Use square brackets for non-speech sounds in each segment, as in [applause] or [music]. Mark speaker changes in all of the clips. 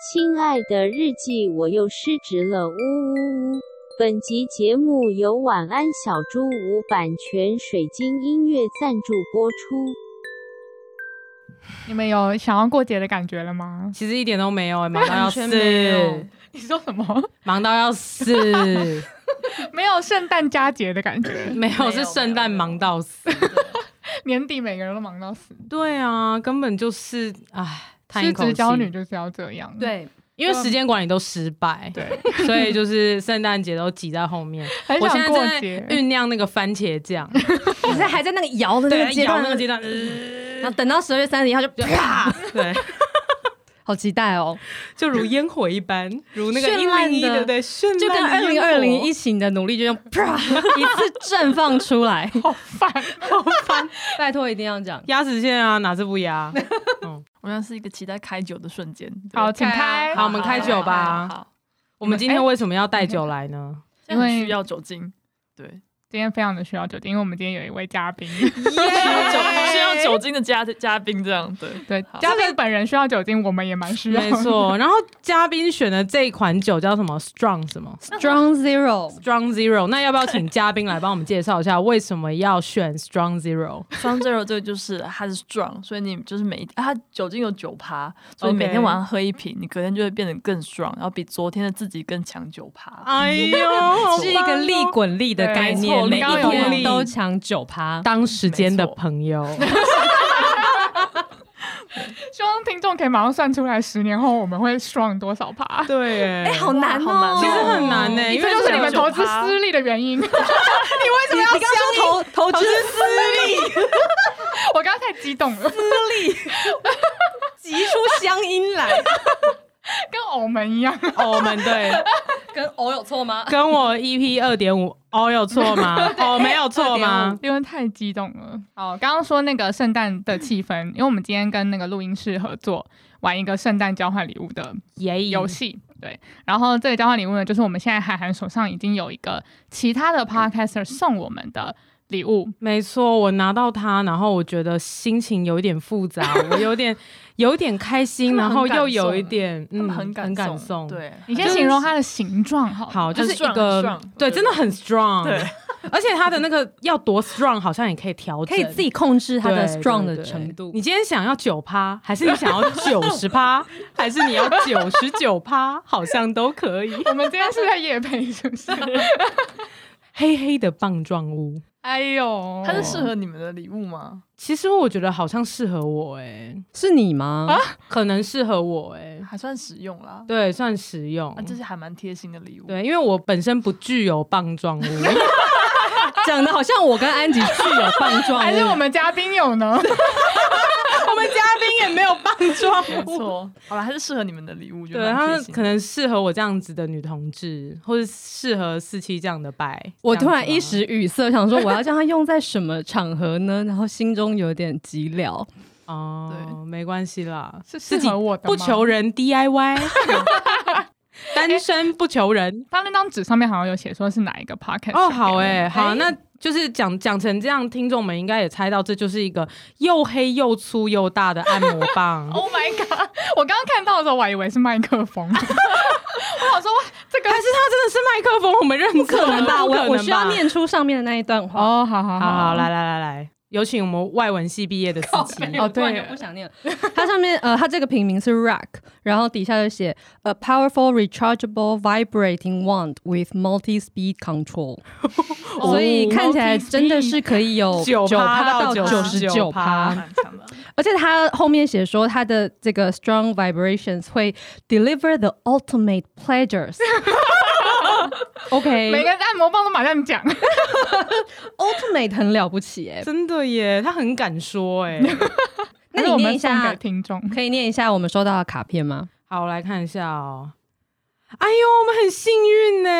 Speaker 1: 亲爱的日记，我又失职了，呜呜呜！本集节目由晚安小猪屋版权水晶音乐赞助播出。
Speaker 2: 你们有想要过节的感觉了吗？
Speaker 3: 其实一点都没有、欸，忙到要
Speaker 4: 全没有
Speaker 3: 死，
Speaker 2: 你说什么？ [laughs]
Speaker 3: 忙到要
Speaker 4: [laughs]
Speaker 3: 死，
Speaker 2: 没有圣诞佳节的感觉，
Speaker 3: 没
Speaker 4: 没
Speaker 3: 有
Speaker 4: 有
Speaker 3: 是圣诞忙到死。
Speaker 2: 年底每个人都忙到死，
Speaker 3: 对啊，根本就是唉，叹一
Speaker 2: 失
Speaker 3: 口
Speaker 2: 职
Speaker 3: 气。
Speaker 2: 娇女就是要这样。
Speaker 4: 对，啊
Speaker 3: 因为时间管理都失败， [laughs]
Speaker 2: 对，
Speaker 3: 所以就是圣诞节都挤在后
Speaker 4: [laughs]
Speaker 3: 面。
Speaker 2: 很
Speaker 3: 我现
Speaker 2: 想
Speaker 3: 在
Speaker 2: 过
Speaker 3: 正在
Speaker 2: 节。
Speaker 3: 酝酿那个番茄酱，
Speaker 4: 你是还在那个摇的那
Speaker 3: 对
Speaker 4: 个，阶
Speaker 3: 咬
Speaker 4: 段，
Speaker 3: 那个阶段，呃
Speaker 4: 然后等到十二月三十一号就啪，
Speaker 3: 对，
Speaker 4: 好期待哦，
Speaker 3: 就如烟火一
Speaker 4: [laughs]
Speaker 3: 般，如那个一
Speaker 4: 绚烂
Speaker 3: 零
Speaker 4: 的
Speaker 3: 一，对不对？绚烂
Speaker 4: 就跟
Speaker 3: 的
Speaker 4: 二零
Speaker 3: 烟火
Speaker 4: 二零一起你的努力就用 [laughs] 啪一次绽放出 [laughs] 来，
Speaker 2: 好
Speaker 3: [laughs]
Speaker 2: 烦，
Speaker 4: 拜托一定要讲。
Speaker 3: 压死线啊，哪次不
Speaker 4: [laughs]
Speaker 3: 压？
Speaker 5: 我像是一个期待开酒的瞬间。对
Speaker 2: 好，请开
Speaker 3: 好我们开酒吧
Speaker 5: 好好好
Speaker 3: 我们今天为什么要带酒来呢？
Speaker 5: 因
Speaker 2: 因
Speaker 5: 为
Speaker 2: 为
Speaker 5: 需要酒精。
Speaker 3: [laughs]
Speaker 5: 对，
Speaker 2: 今天非常的需要酒精，因为我们今天有一位嘉宾，
Speaker 5: 需要酒需要酒精的嘉嘉宾这样。对， [laughs]
Speaker 2: 对
Speaker 5: 好
Speaker 2: 嘉宾本人需要酒精，我们也蛮需要。
Speaker 3: 没， [laughs] 错，然后嘉宾选的这一款酒叫什么？Strong 什么
Speaker 4: Strong Zero，
Speaker 3: ？Strong Zero。那要不要请嘉宾来帮我们介绍一下为什么要选 Strong Zero？
Speaker 5: 双 zero 这个就是它是 strong，所以你就是每一啊它酒精有九趴，所以
Speaker 3: OK
Speaker 5: 每天晚上喝一瓶，你隔天就会变得更 strong，然后比昨天的自己更强九趴。
Speaker 3: [laughs] 哎 [laughs] 呦，
Speaker 4: 是一个利滚利的概念，每
Speaker 2: 对没错
Speaker 4: 一
Speaker 2: 利
Speaker 4: 天都抢九趴。
Speaker 3: 当时间的朋友，
Speaker 2: 希望听众可以马上算出来，十年后我们会 strong 多少趴。
Speaker 3: 对，哎、
Speaker 4: 好难
Speaker 5: 哇好难
Speaker 4: 哦
Speaker 5: 哦，
Speaker 3: 其实很难呢、因
Speaker 2: 这
Speaker 3: 为
Speaker 2: 就是你们
Speaker 3: 讲
Speaker 2: 投
Speaker 3: 究
Speaker 2: 资失利的原因。 [laughs]
Speaker 4: 你你刚说投投资
Speaker 2: 我刚刚太激动了，
Speaker 4: [laughs] 急出乡音来，
Speaker 2: 跟偶们一样。
Speaker 3: [laughs] 哦我们对，
Speaker 4: 跟偶有错吗？
Speaker 3: 跟我 EP 二点五哦有错 [laughs] 吗？哦没有错吗？
Speaker 2: 因为太激动了。好，刚刚说那个圣诞的气氛，因为我们今天跟那个录音室合作玩一个圣诞交换礼物
Speaker 3: 嗯
Speaker 2: 的
Speaker 3: 也
Speaker 2: 游戏。对，然后这个交换礼物呢，就是我们现在海涵手上已经有一个其他的 podcaster 送我们的礼物，
Speaker 3: 没错，我拿到它，然后我觉得心情有一点复
Speaker 5: [laughs]
Speaker 3: 杂，我有点有点开心，
Speaker 5: 他们
Speaker 3: 然
Speaker 5: 很
Speaker 3: 后又
Speaker 5: 感
Speaker 3: 有
Speaker 5: 动
Speaker 3: 一点
Speaker 5: 他
Speaker 3: 嗯
Speaker 5: 们很
Speaker 3: 感
Speaker 5: 感动
Speaker 3: 动，。
Speaker 5: 对，
Speaker 2: 你
Speaker 5: 就
Speaker 2: 先
Speaker 5: 是
Speaker 2: 形容它的形状好了。
Speaker 3: 好，就是
Speaker 5: 很
Speaker 3: 一个
Speaker 5: strong，很 strong，
Speaker 3: 对，
Speaker 5: 对
Speaker 3: 真的很 strong， [laughs]
Speaker 5: 对，
Speaker 3: 而且它的那个要多 strong，好像也可以调
Speaker 4: 可
Speaker 3: 整，
Speaker 4: 以自己控制它的
Speaker 3: 对
Speaker 4: strong
Speaker 3: 对
Speaker 4: 的
Speaker 3: 对
Speaker 4: 程度。
Speaker 3: 你今天想要九
Speaker 5: [laughs]
Speaker 3: 趴，还是你想要九十趴，还是你要九十九趴，好像都可
Speaker 5: [laughs]
Speaker 3: 以。
Speaker 2: 我们今天是在夜配，是
Speaker 3: [laughs]
Speaker 2: 不是？
Speaker 3: 黑黑的棒状物，
Speaker 2: 哎呦，
Speaker 3: 哦
Speaker 5: 它是适合你们的礼物吗？
Speaker 3: 其实我觉得好像适合我哎、
Speaker 4: 是你吗？
Speaker 3: 可能适合我哎、
Speaker 5: 还算实用啦，
Speaker 3: 对，算实用。
Speaker 5: 啊，这是还蛮贴心的礼物。
Speaker 3: 对，因为我本身不具有棒状物，
Speaker 4: 讲的好像我跟安吉具有 [laughs] 棒状物，
Speaker 2: 还是我们嘉宾有呢？
Speaker 3: 我们嘉宾也没有棒状
Speaker 5: 没
Speaker 3: 物。 [laughs]
Speaker 5: 错，好了，还是适合你们的礼物，觉
Speaker 3: 对，
Speaker 5: 得蛮
Speaker 3: 他
Speaker 5: 贴
Speaker 3: 们
Speaker 5: 心的
Speaker 3: 可能适合我这样子的女同志，或者适合四七这样的白。
Speaker 4: 我
Speaker 3: 这样
Speaker 4: 突然
Speaker 3: 子吗
Speaker 4: 一时语塞，想说我要将它用在什么场合呢？然后心中有点急了。
Speaker 3: 哦，没关系啦，
Speaker 2: 是
Speaker 3: 自己
Speaker 2: 适合我的吗
Speaker 3: 不求人
Speaker 4: [laughs]
Speaker 3: DIY，单身不求人。
Speaker 2: 他那张纸上面好像有写说是哪一个 podcast
Speaker 3: 哦，好
Speaker 2: 哎、
Speaker 3: 哎、好，那就是讲讲成这样，听众们应该也猜到，这就是一个又黑又粗又大的按摩
Speaker 4: [laughs]
Speaker 3: 棒。
Speaker 4: 哦
Speaker 2: Oh my god！我 [laughs] 刚刚看到的时候，我还以为是麦克风。 [laughs] 我想说，哇，这个
Speaker 3: 还是他真的是麦克风？我们认
Speaker 4: 不 [laughs] 可能吧？
Speaker 3: 不可
Speaker 4: 我
Speaker 3: 能
Speaker 4: 我需要
Speaker 3: 吧
Speaker 4: 念出上面的那一段话。
Speaker 2: 哦，好好
Speaker 3: 好好，来来来来，有请我们外文系毕业的司机。
Speaker 2: 哦
Speaker 4: 突然就
Speaker 2: 对
Speaker 4: 不想念了。 [laughs] 它上面呃，它这个品名是 Rack，然后底下就写 A powerful rechargeable vibrating wand with multi-speed [laughs] control，所以看起来真的是可以有
Speaker 3: 九趴
Speaker 4: 趴
Speaker 3: 到
Speaker 4: 哦九十九
Speaker 3: 趴
Speaker 4: 趴，
Speaker 5: 蛮强的。
Speaker 4: 而且它后面写说它的这个 strong vibrations 会 deliver the ultimate pleasures。 [laughs]
Speaker 2: 每
Speaker 4: OK，ultimate
Speaker 2: 个按摩棒都马上讲，
Speaker 4: 很了不起哎、
Speaker 3: 真的耶，他很敢说
Speaker 4: [laughs]
Speaker 3: 哎。
Speaker 2: 还
Speaker 4: 那
Speaker 2: 是 [laughs]
Speaker 4: 你
Speaker 2: 我
Speaker 4: 念一
Speaker 2: 们送
Speaker 4: 下
Speaker 2: 给，听众。
Speaker 4: 可以念一下我们收到的卡片吗？
Speaker 3: 好，我来看一下哦。哎呦，我们很幸运呢。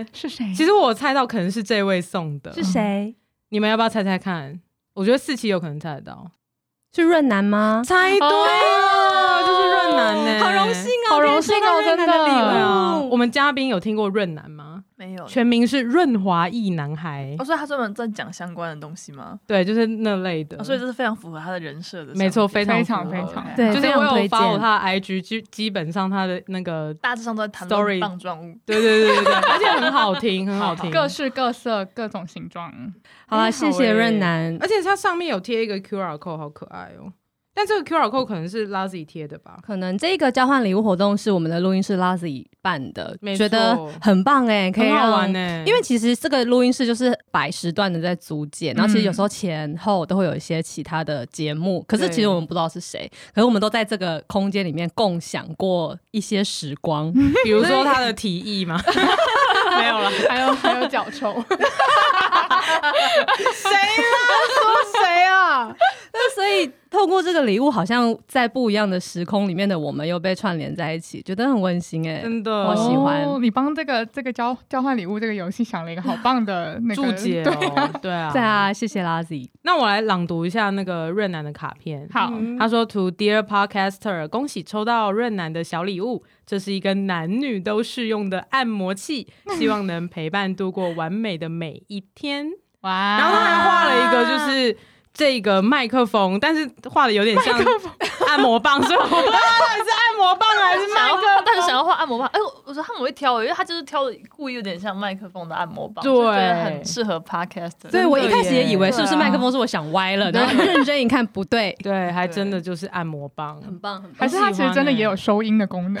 Speaker 4: 哦
Speaker 2: 是谁？
Speaker 3: 嗯其实我猜到可能是这位送的，
Speaker 4: 谁？
Speaker 3: 你们要不要猜猜看？我觉得四期有可能猜得
Speaker 4: 哦
Speaker 3: 到，
Speaker 4: [laughs] 是润南吗？
Speaker 3: 猜对了，就是润南呢，
Speaker 4: 好荣幸哦，
Speaker 2: 好荣幸哦
Speaker 4: 可以收到润南的
Speaker 2: 真的
Speaker 3: 对啊
Speaker 4: 礼物。
Speaker 3: 我们嘉宾有听过润南吗？
Speaker 5: 没有。
Speaker 3: 全名是润滑液男孩
Speaker 5: 哦，。所以他专门在讲相关的东西吗？
Speaker 3: 对，就是那类的。
Speaker 5: 哦所以这是非常符合他的人设的商品，
Speaker 3: 没错，非常
Speaker 2: 非常
Speaker 3: 符
Speaker 2: 非
Speaker 3: 合
Speaker 2: 常
Speaker 4: 对
Speaker 3: 就是
Speaker 4: 非常
Speaker 3: 我有
Speaker 4: 推荐
Speaker 3: follow 他的 IG，基基本上他的那个， [laughs]
Speaker 5: 大致上都在谈
Speaker 3: Story
Speaker 5: 论棒状物。
Speaker 3: 对对
Speaker 5: [laughs]
Speaker 3: 对对对，而且很好听，很好
Speaker 4: [laughs]
Speaker 3: 听。
Speaker 2: 各式各色、各种形状。
Speaker 4: 好啦，
Speaker 3: 哎
Speaker 4: 谢谢
Speaker 3: 好欸
Speaker 4: 润南
Speaker 3: 而，且它上面有贴一个 QR code，好可爱哦。但这个 QR code 可能是 Lazy 贴的吧？
Speaker 4: 可能这个交换礼物活动是我们的录音室 Lazy 办的
Speaker 3: 没，错
Speaker 4: 觉得很棒哎、可以
Speaker 3: 很好
Speaker 4: 让
Speaker 3: 玩呢，
Speaker 4: 因为其实这个录音室就是百时段的在租借，然后其实有时候前后都会有一些其他的节目，可是
Speaker 3: 嗯对
Speaker 4: 其实我们不知道是谁，可是我们都在这个空间里面共享过一些时
Speaker 3: [laughs]
Speaker 4: 光。
Speaker 3: 比如说他的提议
Speaker 4: [laughs]
Speaker 3: 嘛，没有了，
Speaker 2: [laughs] 还有还有脚臭，
Speaker 3: 谁
Speaker 4: 啊
Speaker 3: 啦？说谁啊？
Speaker 4: 那所以透过这个礼物，好像在不一样的时空里面的我们又被串联在一起，觉得很温馨哎、
Speaker 3: [laughs] 真的，
Speaker 4: 我喜欢
Speaker 2: 哦你帮这个这个交交换礼物这个游戏想了一个好棒的那个
Speaker 3: 注解
Speaker 2: 对，
Speaker 3: 哦，对啊，
Speaker 4: [laughs] 对。啊，谢谢 Lazy，
Speaker 3: 那我来朗读一下那个润南的卡片。
Speaker 2: 好，
Speaker 3: 他说：“To dear podcaster，恭喜抽到润南的小礼物，这是一个男女都适用的按摩 [laughs] 器，希望能陪伴度过完美的每一 [laughs] 天。”
Speaker 2: 哇
Speaker 3: 然后他还画了一个，就是这个麦克风，但是画的有点像按摩 [laughs] 棒，所以我不知道到底啊是按摩棒啊 [laughs] 还是
Speaker 5: 想
Speaker 3: 麦
Speaker 5: 要
Speaker 3: 克
Speaker 5: 画，但是想
Speaker 3: 风。
Speaker 5: 要画按摩棒，哎、我我说他们会挑，因为他就是挑的故意有点像麦克风的按摩棒，
Speaker 3: 对
Speaker 5: 所以觉得很适合 podcast。
Speaker 4: 对我一开始也以为
Speaker 5: 对啊
Speaker 4: 是不是麦克风是我想歪了，然后认真一看不对，
Speaker 3: 对，还真的就是按摩棒。
Speaker 4: 很棒很棒。
Speaker 2: 还是它其实真的也有收音的功能。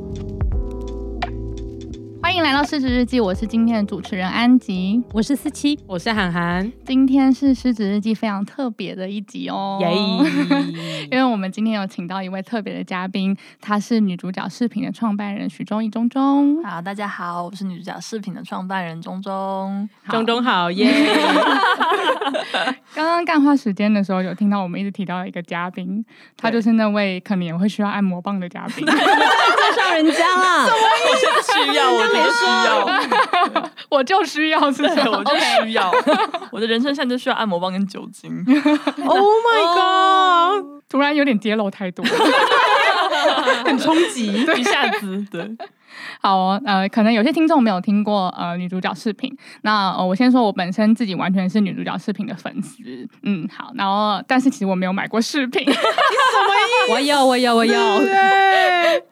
Speaker 6: 欢迎来到失职日记，我是今天的主持人安吉。
Speaker 4: 我是思
Speaker 3: [laughs]
Speaker 4: 琪，
Speaker 3: 我是涵涵，
Speaker 6: 今天是失职日记非常特别的一集哦，
Speaker 3: 耶！ [laughs]
Speaker 6: 因为我们今天有请到一位特别的嘉宾，她是女主角视频的创办人许忠义中中。
Speaker 5: 好，大家好，我是女主角视频的创办人钟钟。
Speaker 3: 中中好耶！
Speaker 2: 刚刚干花时间的时候，有听到我们一直提到一个嘉宾，他就是那位可能也会需要按摩棒的嘉
Speaker 5: [laughs]
Speaker 2: 宾。
Speaker 4: 介绍人家
Speaker 7: [laughs]
Speaker 4: 啦。
Speaker 5: 我觉得需要，我觉得需 [laughs] 要，
Speaker 2: 我就需要是什
Speaker 5: 对，我
Speaker 2: 么？
Speaker 5: 就需要， [laughs] 我的人生现在就需要按摩棒跟酒精。
Speaker 3: Oh my god！
Speaker 2: 突然有点揭露太多。
Speaker 3: 很冲击，
Speaker 5: 一下子，对，
Speaker 2: 好、哦，呃，可能有些听众没有听过呃女主角视频。那、呃、我先说，我本身自己完全是女主角视频的粉丝。嗯，好，然后但是其实我没有买过视频。 [laughs]
Speaker 4: 我有，
Speaker 3: [laughs]
Speaker 4: 我有，我有。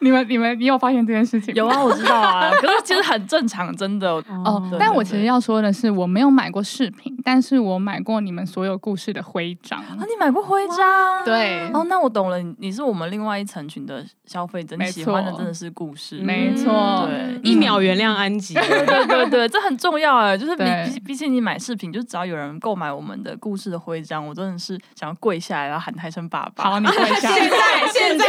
Speaker 2: 你们、你们、你有发现这件事情吗？
Speaker 5: [laughs] 有啊，我知道啊，可是其实很正常，真的。
Speaker 2: 哦
Speaker 5: 对，
Speaker 2: 但
Speaker 5: 嗯对
Speaker 2: 我其实
Speaker 5: 对
Speaker 2: 要说的是，我没有买过饰品，但是我买过你们所有故事的徽章。
Speaker 5: 啊，你买过徽章？
Speaker 2: 对
Speaker 5: 哦，那我懂了，你你是我们另外一层群的消费者，你
Speaker 2: 没
Speaker 5: 喜欢的
Speaker 2: 错
Speaker 5: 真的是故事，
Speaker 2: 没错，
Speaker 5: 对
Speaker 3: 一秒原谅安吉。
Speaker 5: 对对对，这很重要哎，就是
Speaker 2: 对
Speaker 5: 你毕毕竟你买饰品，就只要有人购买我们的故事的徽章，我真的是想要跪下来，然后喊他一声爸爸。
Speaker 2: 好，你跪
Speaker 3: [laughs]
Speaker 2: 下。现在，现在，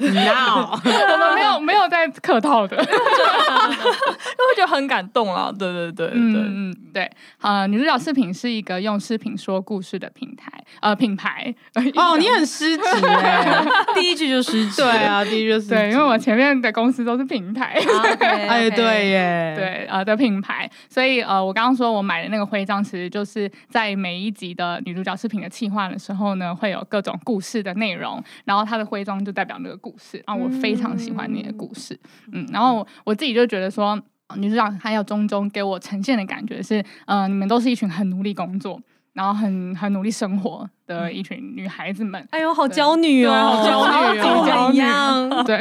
Speaker 2: 现
Speaker 3: 闹，
Speaker 2: [laughs] 在，我们没有没有在客套的。
Speaker 5: [laughs] 因为我觉得很感动啊，对对对对对。
Speaker 2: 嗯嗯，对，呃，女主角饰品是一个用饰品说故事的平台，呃，品牌。
Speaker 3: [laughs]
Speaker 2: [laughs]
Speaker 3: 哦，你很失职哎，第一句就失职，对啊，第一句就失职。
Speaker 2: 对，因为我前面的公司都是平台。
Speaker 3: 哎，对耶，，
Speaker 2: [laughs] 对呃的品牌，所以呃，我刚刚说我买的那个徽章，其实就是在每一集的女主角视频的企划的时候呢，会有各种故事的内容，然后它的徽章就代表那个故事，然后我非常喜欢那个故事，嗯，然后我自己就觉得说。女主角还有中中给我呈现的感觉是，呃，你们都是一群很努力工作，然后很很努力生活的一群女孩子们。 [laughs]
Speaker 4: 哎呦，好娇女
Speaker 3: 对啊
Speaker 4: 哦，
Speaker 3: 好娇女哦
Speaker 4: 跟我
Speaker 2: 娇
Speaker 4: 们
Speaker 2: 女
Speaker 4: 一样。
Speaker 2: 对，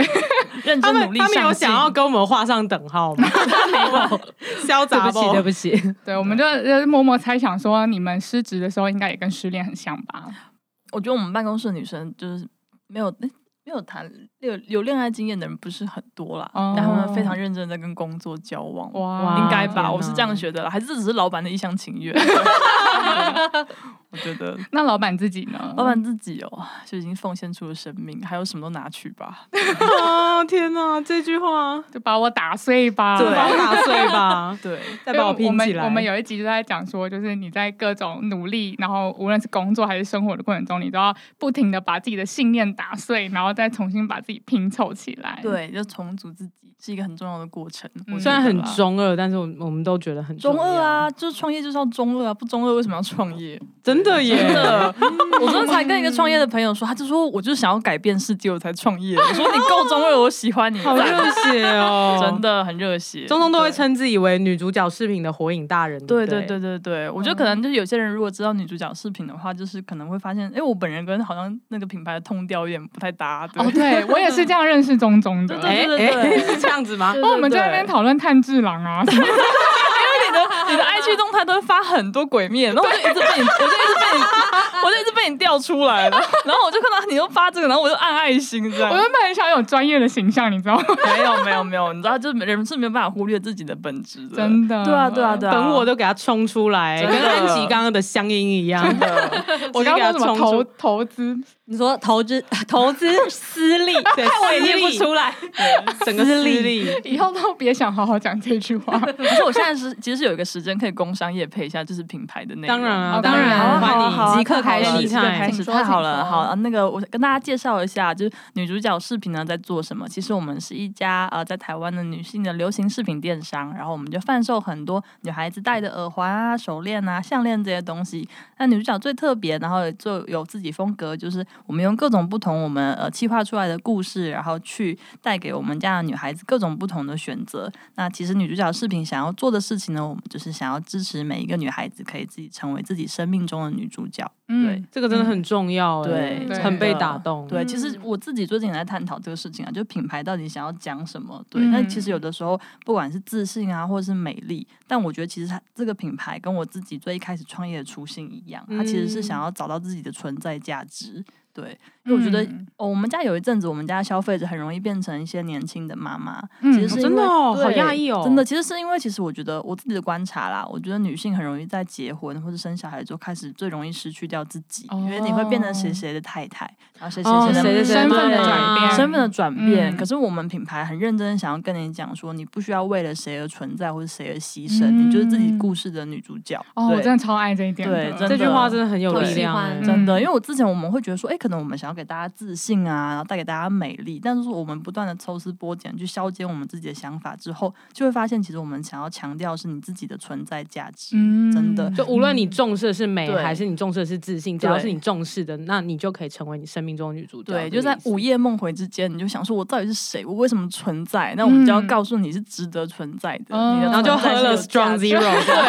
Speaker 5: 认
Speaker 3: 他
Speaker 5: 真
Speaker 3: 们
Speaker 5: 努力
Speaker 3: 他们有
Speaker 5: 上进
Speaker 3: 想要跟我们画上等号吗？没有，潇洒不？
Speaker 4: 不起，
Speaker 2: 对，我们就就默默猜想说，你们失职的时候应该也跟失恋很像吧？
Speaker 5: 我觉得我们办公室的女生就是没有诶没有谈有有恋爱经验的人不是很多啦，
Speaker 2: 哦
Speaker 5: 但他们非常认真的跟工作交往，
Speaker 2: 哇
Speaker 5: 应该
Speaker 3: 天
Speaker 5: 吧？
Speaker 3: 哪 [laughs]
Speaker 5: 我是这样觉得啦，还是这只是老板的一厢情愿？我觉得
Speaker 3: 嗯
Speaker 2: 那老板自己呢？
Speaker 5: 老板自己哦，就已经奉献出了生命，还有什么都拿去吧。
Speaker 3: [laughs] 啊，天哪，这句话
Speaker 2: 就把我打碎吧。
Speaker 5: 对
Speaker 3: 把我打碎吧，
Speaker 5: 对，
Speaker 3: 再把
Speaker 2: [laughs] 因为
Speaker 3: 拼起
Speaker 2: 们
Speaker 3: 来。
Speaker 2: 我们有一集就在讲说，就是你在各种努力，然后无论是工作还是生活的过程中，你都要不停的把自己的信念打碎，然后再重新把自己拼凑起来。，
Speaker 5: 对，就重组自己是一个很重要的过程。
Speaker 2: 嗯
Speaker 5: 我觉
Speaker 3: 虽然
Speaker 5: 得
Speaker 3: 很
Speaker 5: 啦
Speaker 3: 中二，但是我我们都觉得很
Speaker 5: 中
Speaker 3: 要
Speaker 5: 二，啊，就是创业就是要中二啊，不中二为什么要创业？
Speaker 3: 真的耶！
Speaker 5: 真的，我昨天才跟一个创业的朋友说，他就说我就是想要改变世界，我才创业。我说你够中二，我喜欢你，，
Speaker 3: 好热血哦
Speaker 5: [laughs] 真。的很热血。
Speaker 3: 中东都会
Speaker 5: 对
Speaker 3: 称自己为女主角视频的火影大人，
Speaker 5: 对
Speaker 3: 对
Speaker 5: 对
Speaker 3: 不
Speaker 5: 对对对，我觉得可能就是有些人如果知道女主角视频的话，就是可能会发现，哎，我本人跟好像那个品牌的痛调有点不太搭。对
Speaker 2: 哦，对我也是这样认识中中的。
Speaker 3: 哎
Speaker 5: 对对
Speaker 3: [laughs]
Speaker 5: 对
Speaker 3: 哎，是这样子吗？
Speaker 5: 对
Speaker 2: 哦，我们在那边讨论炭治郎啊，什么
Speaker 5: 你的 IG 动态都会发很多鬼面，然后我就一直被你，我就一直被你，我就一直被你调出来了。然后我就看到你又发这个，然后我就按爱心这样
Speaker 2: 我。原本很想有专业的形象，你知道吗？
Speaker 5: 没有没有没有，你知道，就是人是没有办法忽略自己的本质的。
Speaker 2: 真的
Speaker 5: 对啊对啊对啊，
Speaker 3: 本我都给他冲出来，
Speaker 5: 真
Speaker 3: 跟
Speaker 5: 的
Speaker 3: 安琪刚刚的乡音一样。 [laughs]
Speaker 5: 啊
Speaker 2: 我刚刚说什么
Speaker 3: 直接给他冲
Speaker 2: 投
Speaker 3: 出
Speaker 2: 投资，
Speaker 7: 你说投资投资私
Speaker 8: [laughs]
Speaker 7: 利，
Speaker 5: [laughs]
Speaker 3: 对，我也
Speaker 7: 念不
Speaker 3: 出来，整个私力。
Speaker 2: [laughs] 以后都别想好好讲这句
Speaker 5: [laughs]
Speaker 2: 话。
Speaker 5: [laughs] 可是我现在是其实是有一个时间可以工商业配一下，就是品牌的内容。
Speaker 3: 当然啊，
Speaker 2: 好
Speaker 3: 当然啊，
Speaker 5: 好啊好啊好
Speaker 3: 欢
Speaker 5: 啊
Speaker 3: 迎即刻开
Speaker 5: 好啊
Speaker 3: 始，
Speaker 5: 即刻开始
Speaker 2: 请说
Speaker 5: 太好了，
Speaker 2: 请说
Speaker 5: 好，啊那个我跟大家介绍一下，就是女主角饰品呢在做什么。其实我们是一家呃在台湾的女性的流行饰品电商，然后我们就贩售很多女孩子戴的耳环啊、手链啊、项链这些东西。那女主角最特别，然后也最有自己风格，就是我们用各种不同我们呃企划出来的故事，然后去带给我们家的女孩子各种不同的选择。那其实女主角视频想要做的事情呢，我们就是想要支持每一个女孩子可以自己成为自己生命中的女主角。
Speaker 2: 嗯，
Speaker 3: 这个真的很重要，
Speaker 5: 嗯对，
Speaker 2: 对
Speaker 3: 哎
Speaker 5: 真
Speaker 3: 很被
Speaker 5: 的
Speaker 3: 打动。
Speaker 5: 对，
Speaker 2: 嗯
Speaker 5: 其实我自己最近也在探讨这个事情啊，就品牌到底想要讲什么。对，
Speaker 2: 嗯
Speaker 5: 但其实有的时候，不管是自信啊，或者是美丽，但我觉得其实它这个品牌跟我自己最一开始创业的初心一样，它其实是
Speaker 2: 嗯
Speaker 5: 想要找到自己的存在价值。对，因为我觉得、
Speaker 2: 嗯
Speaker 5: 哦，我们家有一阵子，我们家消费者很容易变成一些年轻的妈妈，
Speaker 2: 嗯
Speaker 5: 其实是因为
Speaker 3: 真的哦好
Speaker 5: 对
Speaker 3: 讶异哦
Speaker 5: 真的，其实是因为其实我觉得我自己的观察啦，我觉得女性很容易在结婚或者生小孩之后开始最容易失去掉自己，因为你会变成谁谁的太太，然后谁
Speaker 3: 哦谁
Speaker 5: 谁谁
Speaker 3: 谁
Speaker 5: 的
Speaker 3: 谁
Speaker 2: 身
Speaker 3: 妈
Speaker 2: 份的
Speaker 3: 妈
Speaker 2: 转变，
Speaker 5: 身份的转变，
Speaker 2: 嗯
Speaker 5: 可是我们品牌很认真地想要跟你讲说，你不需要为了谁而存在或者谁而牺牲，
Speaker 2: 嗯
Speaker 5: 你就是自己故事的女主角。
Speaker 2: 哦，我
Speaker 5: 对
Speaker 2: 真的超爱这一点的。
Speaker 5: 对真的
Speaker 3: 这句话真的很有
Speaker 5: 对
Speaker 3: 力量
Speaker 7: 喜欢
Speaker 3: 哎，
Speaker 5: 真的，
Speaker 2: 嗯
Speaker 5: 因为我之前我们会觉得说，哎、可能我们想要给大家自信啊，然后带给大家美丽，但是我们不断的抽丝剥茧去消减我们自己的想法之后，就会发现其实我们想要强调是你自己的存在价值。
Speaker 2: 嗯
Speaker 5: 真的
Speaker 3: 就无论你重视的是美，
Speaker 5: 对
Speaker 3: 还是你重视的是自信，只要
Speaker 5: 对
Speaker 3: 是你重视的，那你就可以成为你生命中的女主角。
Speaker 5: 对，
Speaker 3: 这
Speaker 5: 就
Speaker 3: 个
Speaker 5: 在
Speaker 3: 意思
Speaker 5: 午夜梦回之间，你就想说，我到底是谁？我为什么存在？那我们就要
Speaker 2: 嗯
Speaker 5: 告诉你是值得存在的。
Speaker 2: 嗯
Speaker 5: 你的
Speaker 3: 然后就喝了 Strong [laughs] Zero，
Speaker 5: 对，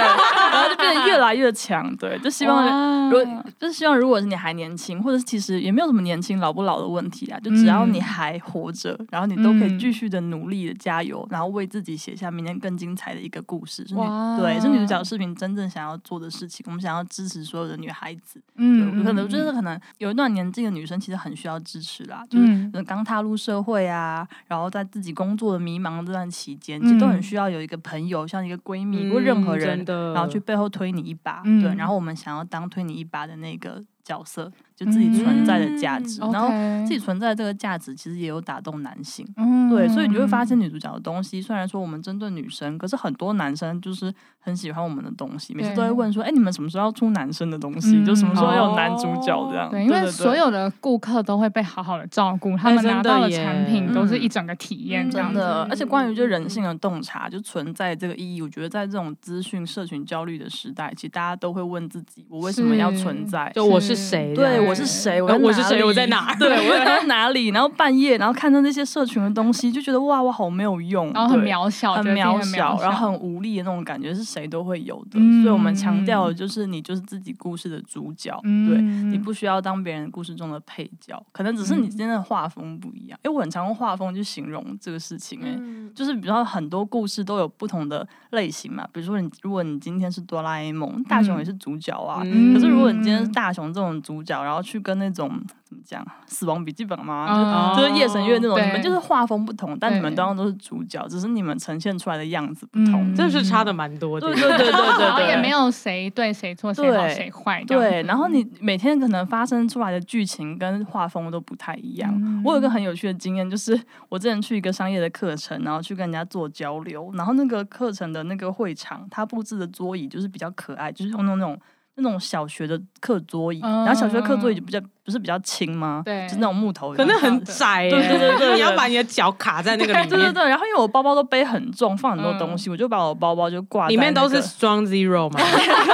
Speaker 5: 然后就变得越来越强。对，就希望
Speaker 2: 哇
Speaker 5: 如果就是希望，如果是你还年轻，或者是其实也没有什么年轻老不老的问题啊，就只
Speaker 2: 嗯
Speaker 5: 要你还活着，然后你都可以继续的努力的加油，然后为自己写下明天更精彩的一个故事。是女
Speaker 2: 哇
Speaker 5: 对，是女主角视频真正想要做的事情。我们想要支持所有的女孩子。对
Speaker 2: 嗯，
Speaker 5: 我可能
Speaker 2: 嗯
Speaker 5: 我觉得可能有一段年纪的女生其实很需要支持啦，就是。
Speaker 2: 嗯
Speaker 5: 呃刚踏入社会啊，然后在自己工作的迷茫的这段期间，其实都很
Speaker 2: 嗯
Speaker 5: 需要有一个朋友，像一个闺蜜
Speaker 3: 嗯
Speaker 5: 或任何人
Speaker 3: 真，的
Speaker 5: 然后去背后推你一把，
Speaker 2: 呃嗯
Speaker 5: 对，然后我们想要当推你一把的那个角色，就自己存在的价值，
Speaker 2: 嗯
Speaker 5: 然后
Speaker 2: OK
Speaker 5: 自己存在的这个价值其实也有打动男性，
Speaker 2: 嗯
Speaker 5: 对，所以你就会发现女主角的东西，虽然说我们针对女生，可是很多男生就是很喜欢我们的东西，每次都会问说，哎，你们什么时候要出男生的东西？
Speaker 2: 嗯
Speaker 5: 就什么时候要有男主角这样？
Speaker 2: 哦对，因为
Speaker 5: 对
Speaker 2: 所有的顾客都会被好好的照顾，他
Speaker 3: 哎
Speaker 2: 们拿
Speaker 3: 真的
Speaker 2: 到的
Speaker 3: 耶
Speaker 2: 产品都是一整个体验这样
Speaker 5: 嗯真
Speaker 2: 子。
Speaker 5: 的，而且关于就人性的洞察，就存在这个意义。我觉得在这种资讯社群焦虑的时代，其实大家都会问自己：我为什么要
Speaker 2: 是
Speaker 5: 存在？
Speaker 3: [laughs] 就我是谁这样？
Speaker 5: 对，我是谁？
Speaker 3: 然后呃我是
Speaker 5: 在哪
Speaker 3: 谁
Speaker 5: 里
Speaker 3: 我在哪
Speaker 5: 对，我
Speaker 3: [laughs]
Speaker 5: 在哪里？然后半夜，然后看到那些社群的东西，就觉得哇，我好没有用，
Speaker 2: 然后很
Speaker 5: 对
Speaker 2: 渺小，
Speaker 5: 很
Speaker 2: 觉得自己
Speaker 5: 渺
Speaker 2: 很小，
Speaker 5: 然后很无力的那种感觉，是谁都会有的。
Speaker 2: 嗯
Speaker 5: 所以我们强调的就是，你就是自己故事的主角，对。
Speaker 2: 嗯
Speaker 5: 你不需要当别人故事中的配角，可能只是你今天的画风不一样。因为我很常用画风去形容这个事情、欸，就是比如说很多故事都有不同的类型嘛。比如说你，如果你今天是哆啦 A 梦，大雄也是主角啊。
Speaker 3: 嗯
Speaker 5: 可是如果你今天是大雄这种种主角，然后去跟那种怎么讲《死亡笔记本》嘛，
Speaker 2: 嗯
Speaker 5: 就是夜神月那种，
Speaker 2: 对
Speaker 5: 你们就是画风不同，但
Speaker 2: 对
Speaker 5: 你们当然都是主角，只是你们呈现出来的样子不同。
Speaker 2: 嗯
Speaker 3: 这是差的蛮多的。
Speaker 5: 对对对对 [laughs] 对
Speaker 2: 然后
Speaker 5: 对，
Speaker 2: 也没有谁对谁错，谁好
Speaker 5: 对
Speaker 2: 谁坏这样子。
Speaker 5: 对，然后你每天可能发生出来的剧情跟画风都不太一样。
Speaker 2: 嗯
Speaker 5: 我有一个很有趣的经验，就是 [laughs] 我之前去一个商业的课程，然后去跟人家做交流，然后那个课程的那个会场，他布置的桌椅就是比较可爱，就是用那种。那种小学的课桌椅，然后小学课桌椅就比较不是比较轻吗？
Speaker 2: 对
Speaker 5: 就是那种木
Speaker 3: [laughs]
Speaker 5: 头，
Speaker 3: 可能很
Speaker 5: 窄。
Speaker 3: 窄耶，
Speaker 5: 对对对
Speaker 3: [laughs]
Speaker 5: 对
Speaker 3: 你要把你的脚卡在那个里
Speaker 5: [laughs] 对对
Speaker 3: 面，
Speaker 5: 对，然后因为我包包都背很重，放很多东西，我就把我包包就挂在
Speaker 3: 里面都
Speaker 5: 那
Speaker 3: 是
Speaker 5: 个
Speaker 3: strong zero
Speaker 5: [laughs]
Speaker 3: 嘛，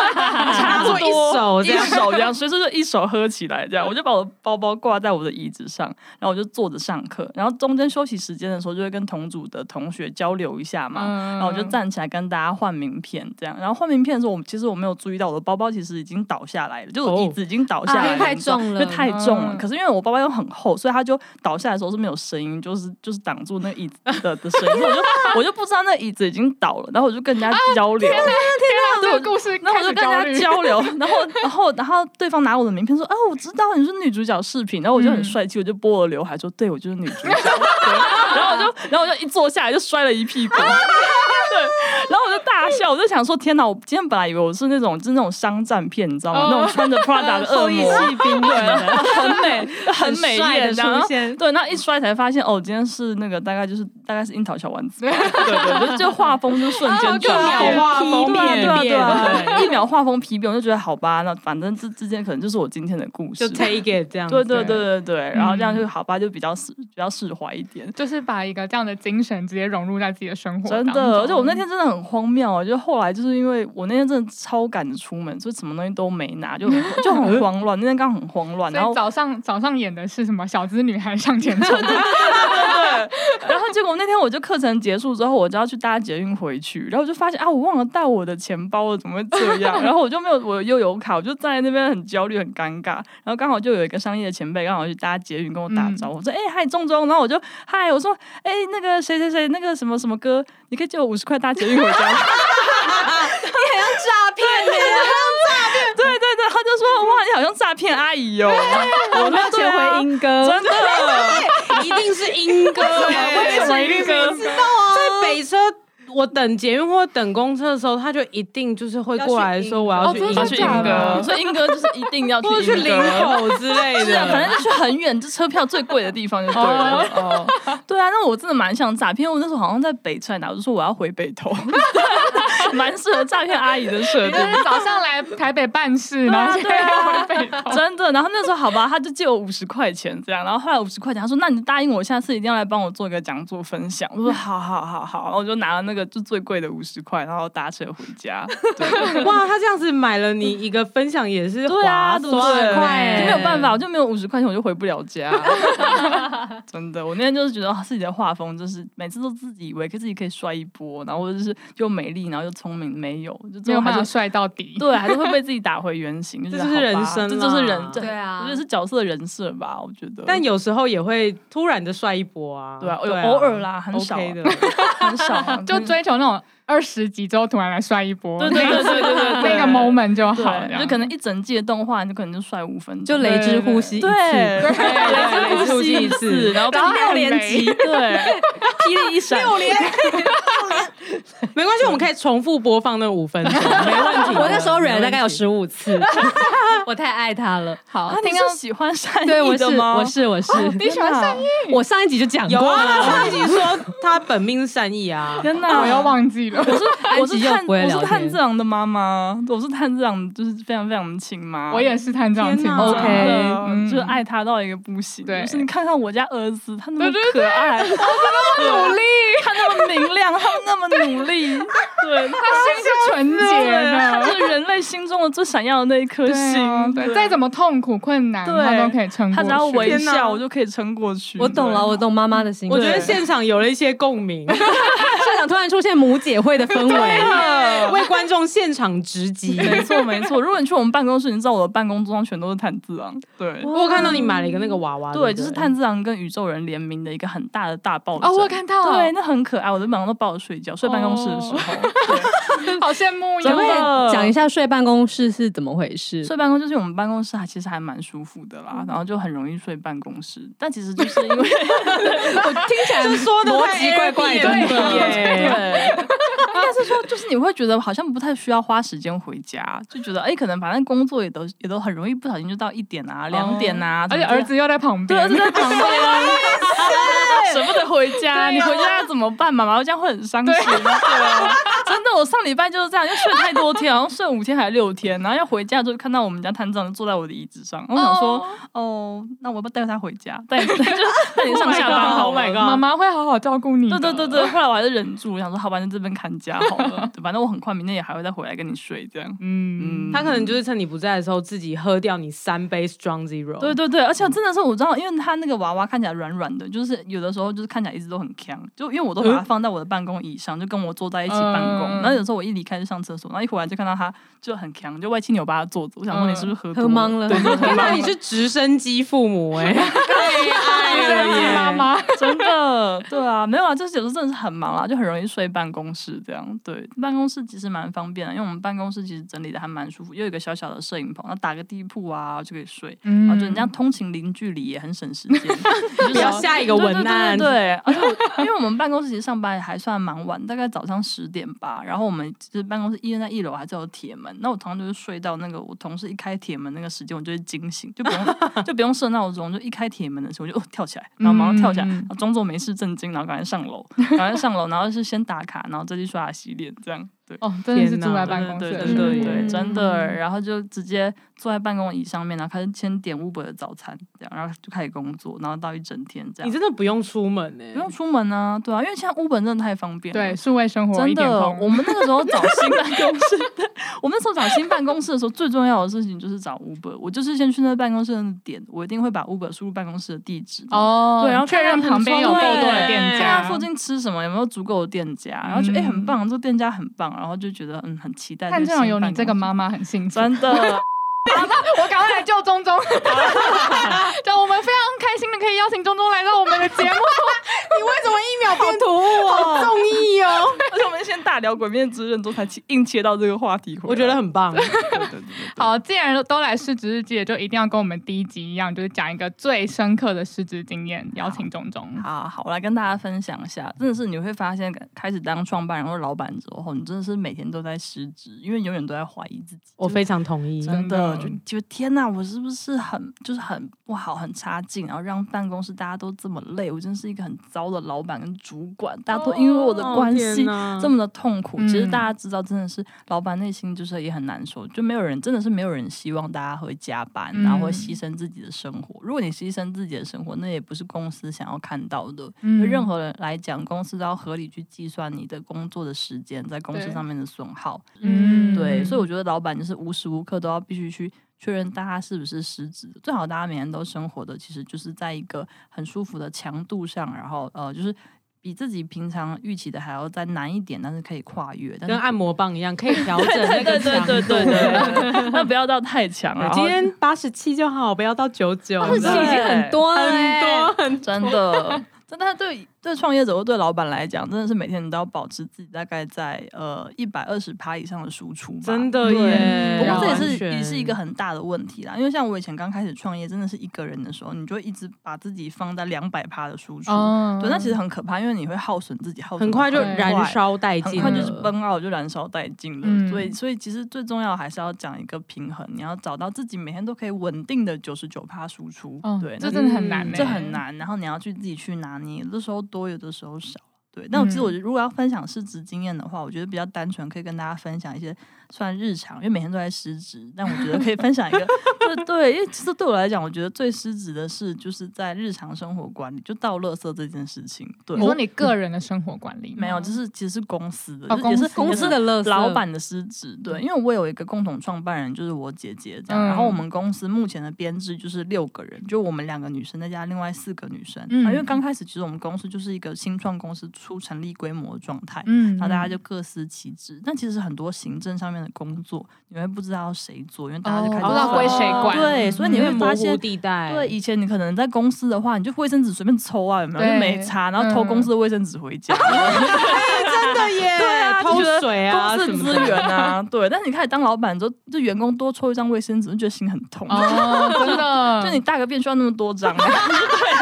Speaker 3: 差不多一手这
Speaker 5: 一
Speaker 3: 样。
Speaker 5: 手这样，所以说就一手喝起来这样。我就把我的包包挂在我的椅子上，然后我就坐着上课。然后中间休息时间的时候，就会跟同组的同学交流一下嘛。然后我就站起来跟大家换名片这样。然后换名片的时候，我其实我没有注意到我的包包其实已经倒下来了，就是我
Speaker 3: 哦
Speaker 5: 椅子已经倒下来了，
Speaker 4: 啊太
Speaker 5: 你知道
Speaker 4: 重了
Speaker 5: 因为太重了。
Speaker 2: 嗯
Speaker 5: 可是因为我包包又很厚，所以它就倒下来的时候是没有声音，就是就是挡住那椅子的的声音。我就我就不知道那椅子已经倒了，然后我就跟人家交流。
Speaker 2: 天
Speaker 5: 对
Speaker 2: 哪，
Speaker 5: 啊我
Speaker 2: 啊这个故
Speaker 5: [laughs]
Speaker 2: 事
Speaker 5: 然后
Speaker 2: 开
Speaker 5: 我就
Speaker 2: 始
Speaker 5: 跟
Speaker 2: 焦
Speaker 5: 人
Speaker 2: 虑
Speaker 5: 家。
Speaker 2: [laughs]
Speaker 5: 交流，然后然后然后对方拿我的名片说：“啊，我知道你是女主角视频。”然后我就
Speaker 2: 嗯
Speaker 5: 很帅气，我就拨了刘海说：“对，我就是女主角。 [laughs] 对”然后我就然后我就一坐下来就摔了一屁股。 [laughs] 对，然后我就大笑，我就想说：“天哪！我今天本来以为我是那种就是那种商战片，你知道吗？
Speaker 2: 哦
Speaker 5: 那种穿着
Speaker 2: [laughs]
Speaker 5: Prada 的恶魔，对，然后很美很美艳，然后
Speaker 3: 现，
Speaker 5: 对，那一摔才发现哦，今天是那个大概就是大概是樱桃小丸子吧， [laughs] 对对对，就画风就瞬间
Speaker 3: 一
Speaker 5: 转变
Speaker 3: 秒，画风
Speaker 5: 对啊
Speaker 3: 面
Speaker 5: 对啊对
Speaker 3: 变，
Speaker 5: 啊，一秒画风疲变，我就觉得好吧，那反正这之间可能就是我今天的故
Speaker 3: 就
Speaker 5: 事。
Speaker 3: take it 这样。
Speaker 5: 对对对。对对，然后这样就好吧，就比较释比较释怀一点。
Speaker 2: 就是把一个这样的精神直接融入在自己的生活，
Speaker 5: 真的，而且我那天真的很荒谬啊！就后来就是因为我那天真的超赶着出门，所以什么东西都没拿，就很就很慌乱。那天刚好很慌乱，然
Speaker 2: 所
Speaker 5: 后
Speaker 2: 以早上早上演的是什么？小资女孩向前
Speaker 5: [laughs]
Speaker 2: 冲，
Speaker 5: 然后结果那天我就课程结束之后，我就要去搭捷运回去，然后我就发现啊，我忘了带我的钱包了，怎么会这样？然后我就没有我又有卡，我就站在那边很焦虑、很尴尬。然后刚好就有一个商业的前辈刚好去搭捷运跟我打招呼，我说：“哎、嗨，钟钟。”然后我就嗨，我说：“哎、那个谁谁谁，那个什么什么哥，你可以借我五十块搭捷运回家吗。”
Speaker 7: 诈骗
Speaker 5: 对对对，他就说：“哇，你好像诈骗阿姨哦。”我没有
Speaker 7: 钱回
Speaker 5: 英
Speaker 7: 英哥，
Speaker 5: 真的。
Speaker 3: 一定是英
Speaker 5: [laughs]
Speaker 3: 歌，我一定是知道啊，在北车。我等捷运或等公车的时候，他就一定就是会过来说我要去英
Speaker 2: 要
Speaker 5: 去
Speaker 2: 去
Speaker 5: 英
Speaker 2: 英
Speaker 5: 歌，
Speaker 2: 歌
Speaker 5: [laughs] 所以英歌就是一定要去
Speaker 3: 或者去
Speaker 5: 英
Speaker 3: 林
Speaker 5: 歌
Speaker 3: 口之
Speaker 5: [laughs]
Speaker 3: 类
Speaker 5: 是啊，
Speaker 3: 的，
Speaker 5: 反正就去很远，这车票最贵的地方就对了。哦，对啊，那我真的蛮想诈骗，我那时候好像在北川哪，我就说我要回北投， [laughs] 蛮适合诈骗阿姨的设定
Speaker 2: 就。是早上来台北办事，
Speaker 5: 啊
Speaker 2: 然后现在又
Speaker 5: [laughs]
Speaker 2: 回北投
Speaker 5: 真的，然后那时候好吧，他就借我五十块钱这样，然后后来五十块钱，他说那你答应我下次一定要来帮我做一个讲座分享，我说好好好好，然后我就拿了那个就最贵的五十块，然后搭车回家，
Speaker 3: 哇，他这样子买了你一个分享也是
Speaker 5: 对啊，
Speaker 3: 划
Speaker 5: 对不对？
Speaker 3: 算，欸
Speaker 5: 就没有办法，我就没有五十块钱，我就回不了家。真的，我那天就是觉得啊自己的画风，就是每次都自己以为自己可以帅一波，然后或者是又美丽，然后又聪明，没有，就
Speaker 2: 没
Speaker 5: 最
Speaker 2: 有
Speaker 5: 后还
Speaker 2: 办法
Speaker 5: 是
Speaker 2: 帅到底。
Speaker 5: 对，啊还是会被自己打回原形。就
Speaker 3: 这
Speaker 5: 觉
Speaker 3: 就
Speaker 5: 得
Speaker 3: 是
Speaker 5: 好吧
Speaker 3: 人生
Speaker 5: 这就是
Speaker 3: 啦
Speaker 5: 人，这
Speaker 7: 对啊
Speaker 5: 我觉得是角色人设吧，我觉得。
Speaker 3: 但有时候也会突然的帅一波啊，
Speaker 5: 对啊，有偶尔啦，很少啊
Speaker 3: OK 的，
Speaker 5: 很少啊，
Speaker 2: 就追求那种二十几周突然来帅一波，
Speaker 5: 对对对对对对对
Speaker 2: 那个 moment 就好了，这
Speaker 5: 对，
Speaker 2: 样
Speaker 5: 就可能一整季的动画，你可能就帅五分钟，
Speaker 4: 就雷之呼吸一次，
Speaker 5: 对，
Speaker 4: [laughs]
Speaker 5: [laughs]
Speaker 3: 对
Speaker 5: 对，
Speaker 3: 对
Speaker 5: 吸
Speaker 3: 一次
Speaker 5: 然后
Speaker 2: 然后
Speaker 5: 六
Speaker 2: 还
Speaker 5: 连
Speaker 2: 没
Speaker 5: 击，对，霹雳一闪，六连
Speaker 3: 没关系，我们可以重复播放那五分钟，没问
Speaker 4: [laughs]
Speaker 3: 题的。
Speaker 7: 我那时候忍了大概有
Speaker 3: 没问题
Speaker 7: 十五次，
Speaker 4: 我太爱他了。好
Speaker 5: 啊，，你是喜欢善意
Speaker 7: 对我是
Speaker 5: 的吗？
Speaker 7: 我是我是，
Speaker 2: 你喜欢善意，
Speaker 7: [laughs] 我上一集就讲
Speaker 3: 有
Speaker 7: 过
Speaker 3: 啊，他
Speaker 7: 了，
Speaker 3: 上一集说他本命是善意
Speaker 5: [laughs]
Speaker 3: 啊，
Speaker 5: 天哪，
Speaker 2: 我又忘记了。
Speaker 5: 我是我是
Speaker 7: 安吉又
Speaker 5: 炭
Speaker 7: 不会
Speaker 5: 我是
Speaker 7: 聊
Speaker 5: 炭
Speaker 7: 天嗯
Speaker 5: 治郎的妈妈，我是炭治郎，就是非常非常的亲妈，
Speaker 2: 我也是探长
Speaker 3: 天
Speaker 2: 情
Speaker 3: 哪
Speaker 2: 况
Speaker 7: OK
Speaker 5: 真的
Speaker 2: 嗯
Speaker 5: 就是爱他到一个不行。
Speaker 2: 对
Speaker 5: 就是你看看我家儿子，他那么
Speaker 2: 对对
Speaker 5: 可
Speaker 2: [laughs]
Speaker 5: 爱，他那么努力， [laughs] 他那么明亮，他那么努
Speaker 2: [laughs]
Speaker 5: 力，对，
Speaker 2: 他心是纯洁
Speaker 5: 他
Speaker 2: 的，
Speaker 5: 是人类心中的最闪耀的那一颗
Speaker 2: 对啊
Speaker 5: 星，
Speaker 2: 对，再怎么痛苦困难，
Speaker 5: 对
Speaker 2: 他都可以撑过
Speaker 5: 他
Speaker 2: 去。
Speaker 5: 只要微
Speaker 3: 天哪
Speaker 5: 笑，我就可以撑过去。
Speaker 4: 我懂
Speaker 5: 对
Speaker 4: 了，我懂妈妈的心。
Speaker 3: 我觉得
Speaker 5: 对
Speaker 3: 现场有了一些共鸣，
Speaker 7: [laughs] 现场突然出现母姐会的氛
Speaker 3: [laughs]
Speaker 7: 围，
Speaker 3: 为观众现场直击。
Speaker 5: 没错没错，如果你去我们办公室，你知道我的办公桌上全都是啊炭治郎，对
Speaker 3: 我看到你买了一个那个
Speaker 2: 啊
Speaker 3: 娃娃，
Speaker 5: 对，
Speaker 3: 对不对，
Speaker 5: 就是炭治郎跟宇宙人联名的一个很大的大抱枕。
Speaker 2: 哦，我有看到，
Speaker 5: 对，，那
Speaker 2: 哦
Speaker 5: [laughs] 很可爱，我的晚上都抱着睡觉，睡办公室的时候。对
Speaker 2: 好羡慕
Speaker 5: 真
Speaker 2: 哟。
Speaker 5: 的
Speaker 7: 讲一下
Speaker 4: 下睡办公室是怎么回事？
Speaker 5: [laughs] 睡办公就是我们办公室还其实还蛮舒服的啦，然后就很容易睡办公室，但其实就是因
Speaker 2: [laughs]
Speaker 5: 为
Speaker 4: 我听起来说的逻辑怪怪
Speaker 5: 对 [laughs] 对，应该是说，就是你会觉得好像不太需要花时间回家，就觉得哎、可能反正工作也都也都很容易不小心就到一点啊、两点啊，
Speaker 2: 哦而且儿子又在旁
Speaker 5: 对
Speaker 2: 边
Speaker 5: 儿子，在旁边，啊 [laughs] 舍不得回家，你回家要怎么办？妈妈这样会很伤心。对啊，真的，我上礼拜就是这样，就睡太多天，然后睡五天还是六天，然后要回家就看到我们家摊长坐在我的椅子上，我想说，哦，那我要不要带他回家？带 [laughs] 带就带你上下班好
Speaker 2: Oh my
Speaker 5: 了
Speaker 2: god，妈妈会好好照顾你。
Speaker 5: 对对对对，，后来我还是忍住，我想说好吧，那这边看家好了，对反正我很快明天也还会再回来跟你睡这样。
Speaker 2: 嗯，
Speaker 5: 嗯，
Speaker 3: 他可能就是趁你不在的时候，自己喝掉你三杯 Strong Zero。
Speaker 5: 对对对，而且真的是我知道，因为他那个娃娃看起来软软的，就是有的时候就是看起来一直都很强，就因为我都把它放在我的办公椅上，就跟我坐在一起办公。
Speaker 2: 嗯
Speaker 5: 然后有时候我一离开就上厕所，然后一回来就看到他就很强，就歪七扭八的坐着。我想说你是不是喝多
Speaker 4: 喝懵了
Speaker 5: 对，就是喝
Speaker 3: 天哪，
Speaker 5: 懵
Speaker 3: 你是直升机父母 [laughs] 哎、
Speaker 5: 哎
Speaker 2: 对对，妈妈，
Speaker 5: 真的， [laughs] 对啊，没有啊，就是有时候真的是很忙啦，就很容易睡办公室这样。对，办公室其实蛮方便的，因为我们办公室其实整理的还蛮舒服，又有一个小小的摄影棚，然后打个地铺啊就可以睡。
Speaker 2: 嗯
Speaker 5: 然后就你这样通勤零距离也很省时间，你就
Speaker 3: 不要
Speaker 5: 少
Speaker 3: 下一个文案
Speaker 5: 对对对对，而且我因为我们办公室其实上班也还算蛮晚，大概早上十点吧。然后我们就是办公室医院在一楼还是有铁门，那我常常就是睡到那个我同事一开铁门那个时间，我就会惊醒，就
Speaker 3: [laughs]
Speaker 5: 不用就不用设闹钟，就一开铁门的时候我就、哦、跳起来，然后马上跳起来，
Speaker 2: 嗯
Speaker 5: 然后装作没事震惊，然后赶快上
Speaker 3: [laughs]
Speaker 5: 楼，赶快上楼，然后是先打卡，然后再去刷牙洗脸这样。对，
Speaker 2: 哦，真的是
Speaker 3: 天哪
Speaker 2: 住在
Speaker 5: 对
Speaker 2: 办公室
Speaker 5: 对
Speaker 2: 的
Speaker 5: 对
Speaker 2: 人，
Speaker 5: 对
Speaker 3: 嗯
Speaker 5: 对，真的。然后就直接坐在办公椅上面，然后开始先点 Uber 的早餐，这样，然后就开始工作，然后到一整天这样
Speaker 3: 你。真的不用出门哎、
Speaker 5: 不用出门啊，对啊，因为现在 Uber 真的太方便了。
Speaker 2: 对，数位生活一
Speaker 5: 真
Speaker 2: 点
Speaker 5: 的，
Speaker 2: 通
Speaker 5: 我。们那个时候找新办公室的，我们那时候找新办公室的时候，最重要的事情就是找 Uber。我就是先去那办公室的点，我一定会把 Uber 输入办公室的地址。
Speaker 2: 哦，
Speaker 5: 对，然后
Speaker 2: 确认旁边有够多的店
Speaker 5: 看
Speaker 2: 家，
Speaker 5: 看附近吃什么，有没有足够的店家，然后觉得哎、
Speaker 2: 嗯
Speaker 5: 很棒，这个店家很棒，然后就觉得嗯很期待。
Speaker 2: 看这种有你这个妈
Speaker 5: 妈，
Speaker 2: 妈很幸福，
Speaker 5: 真的。
Speaker 2: [laughs] 我赶快来救钟 [laughs] 钟。就我们非常开心的可以邀请钟钟来到我们的节目，
Speaker 3: 你为什么一秒变突兀
Speaker 5: 啊
Speaker 3: 哦？中意哦，
Speaker 5: 而且我们先大聊《鬼面之刃》之后，才切硬切到这个话题回
Speaker 3: [laughs]
Speaker 5: 来。
Speaker 3: 我觉得很 [laughs] 棒。
Speaker 5: 对对对对
Speaker 2: 好，既然都来失职日记了，就一定要跟我们第一集一样，就是讲一个最深刻的失职经验，邀请钟钟。
Speaker 5: 好好，我来跟大家分享一下，真的是你会发现，开始当创办人或老板之后，你真的是每天都在失职，因为永远都在怀疑自己。
Speaker 3: 我非常同意。
Speaker 5: 真的
Speaker 2: 的
Speaker 5: 就觉得天哪，我是不是很就是很不好、很差劲，然后让办公室大家都这么累，我真是一个很糟的老板跟主管，大家都因为我的关
Speaker 3: 哦
Speaker 5: 系这
Speaker 3: 么
Speaker 5: 么的痛苦。其实
Speaker 2: 啊嗯
Speaker 5: 大家知道，真的是老板内心就是也很难受，就没有人真的是没有人希望大家会加班，然后会
Speaker 2: 嗯
Speaker 5: 牺牲自己的生活。如果你牺牲自己的生活，那也不是公司想要看到的。
Speaker 2: 嗯
Speaker 5: 对任何人来讲，公司都要合理去计算你的工作的时间在公司
Speaker 2: 对
Speaker 5: 上面的损耗。
Speaker 2: 嗯
Speaker 5: 对，所以我觉得老板就是无时无刻都要必须去确认大家是不是失职的，最好大家每天都生活的其实就是在一个很舒服的强度上，然后呃，就是比自己平常预期的还要再难一点，但是可以跨越。但
Speaker 3: 跟
Speaker 5: 是
Speaker 3: 按摩棒一样，可以调整那个强度。
Speaker 5: [laughs] 对 [laughs] 对，那不要到太强
Speaker 3: 对
Speaker 5: 啊了。
Speaker 3: 今天八十七就好，不要到九九。
Speaker 5: 87
Speaker 4: 这已经很多了、
Speaker 3: 很多，很
Speaker 5: 真的，真的对对创业者或对老板来讲，真的是每天你都要保持自己大概在呃一百二十趴以上的输出吧。
Speaker 3: 真的
Speaker 5: 对
Speaker 3: 耶。
Speaker 5: 不过这也
Speaker 3: 完
Speaker 5: 是
Speaker 3: 全
Speaker 5: 也是一个很大的问题啦，因为像我以前刚开始创业，真的是一个人的时候，你就一直把自己放在两百趴的输出，
Speaker 2: 哦
Speaker 5: 对，那其实很可怕，因为你会耗损自己，耗损
Speaker 3: 很快就
Speaker 5: 很
Speaker 3: 燃烧殆
Speaker 5: 很
Speaker 3: 尽
Speaker 5: 快
Speaker 3: 了，
Speaker 5: 就是崩傲，就燃烧殆尽了。
Speaker 2: 嗯
Speaker 5: 所以，所以其实最重要还是要讲一个平衡，你要找到自己每天都可以稳定的九十九趴输出。
Speaker 2: 哦
Speaker 5: 对，
Speaker 2: 这
Speaker 5: 那
Speaker 2: 真的很难
Speaker 5: 嗯
Speaker 2: 欸
Speaker 5: 这很难。然后你要去自己去拿捏，有的时候多，有的时候少。对，但我其实
Speaker 2: 嗯
Speaker 5: 我觉得如果要分享失职经验的话，我觉得比较单纯，可以跟大家分享一些算日常，因为每天都在失职，但我觉得可以分享
Speaker 2: [laughs]
Speaker 5: 一个，对对，因为其实对我来讲，我觉得最失职的是就是在日常生活管理，就倒垃圾这件事情。对，
Speaker 2: 你说你个人的生活管理吗
Speaker 5: 没有，就是其实是公司的，
Speaker 2: 哦
Speaker 5: 就是也是
Speaker 4: 公司的垃圾
Speaker 5: 老板的失职。对，因为我有一个共同创办人，就是我姐姐这样。
Speaker 2: 嗯
Speaker 5: 然后我们公司目前的编制就是六个人，就我们两个女生再加另外四个女生。
Speaker 2: 嗯
Speaker 5: 啊因为刚开始其实我们公司就是一个新创公司初成立规模的状态。
Speaker 2: 嗯，
Speaker 5: 然后大家就各司其职，但其实很多行政上面的工作，你会不知道谁做，因为大家就开始
Speaker 2: 哦不知道
Speaker 5: 分
Speaker 2: 归谁管嗯
Speaker 5: 对，所以你
Speaker 3: 因
Speaker 5: 会
Speaker 3: 为
Speaker 5: 发
Speaker 3: 模
Speaker 5: 现
Speaker 3: 糊地带。
Speaker 5: 对，，以前你可能在公司的话，你就卫生纸随便抽啊，有没有？
Speaker 2: 对 [laughs]
Speaker 5: 就没擦，然后偷公司的卫生纸回家。真的耶！对啊，
Speaker 3: 偷
Speaker 5: 就觉得个
Speaker 3: 水啊
Speaker 5: 公
Speaker 3: 什
Speaker 5: 司
Speaker 3: 么
Speaker 5: 资
Speaker 3: 的
Speaker 5: 源啊，对。但是你开始当老板之后，就员工多抽一张卫生纸，就觉得心很痛。
Speaker 2: 哦，真
Speaker 5: [laughs]
Speaker 2: 的，
Speaker 5: 就你大个便需要那么多张、欸，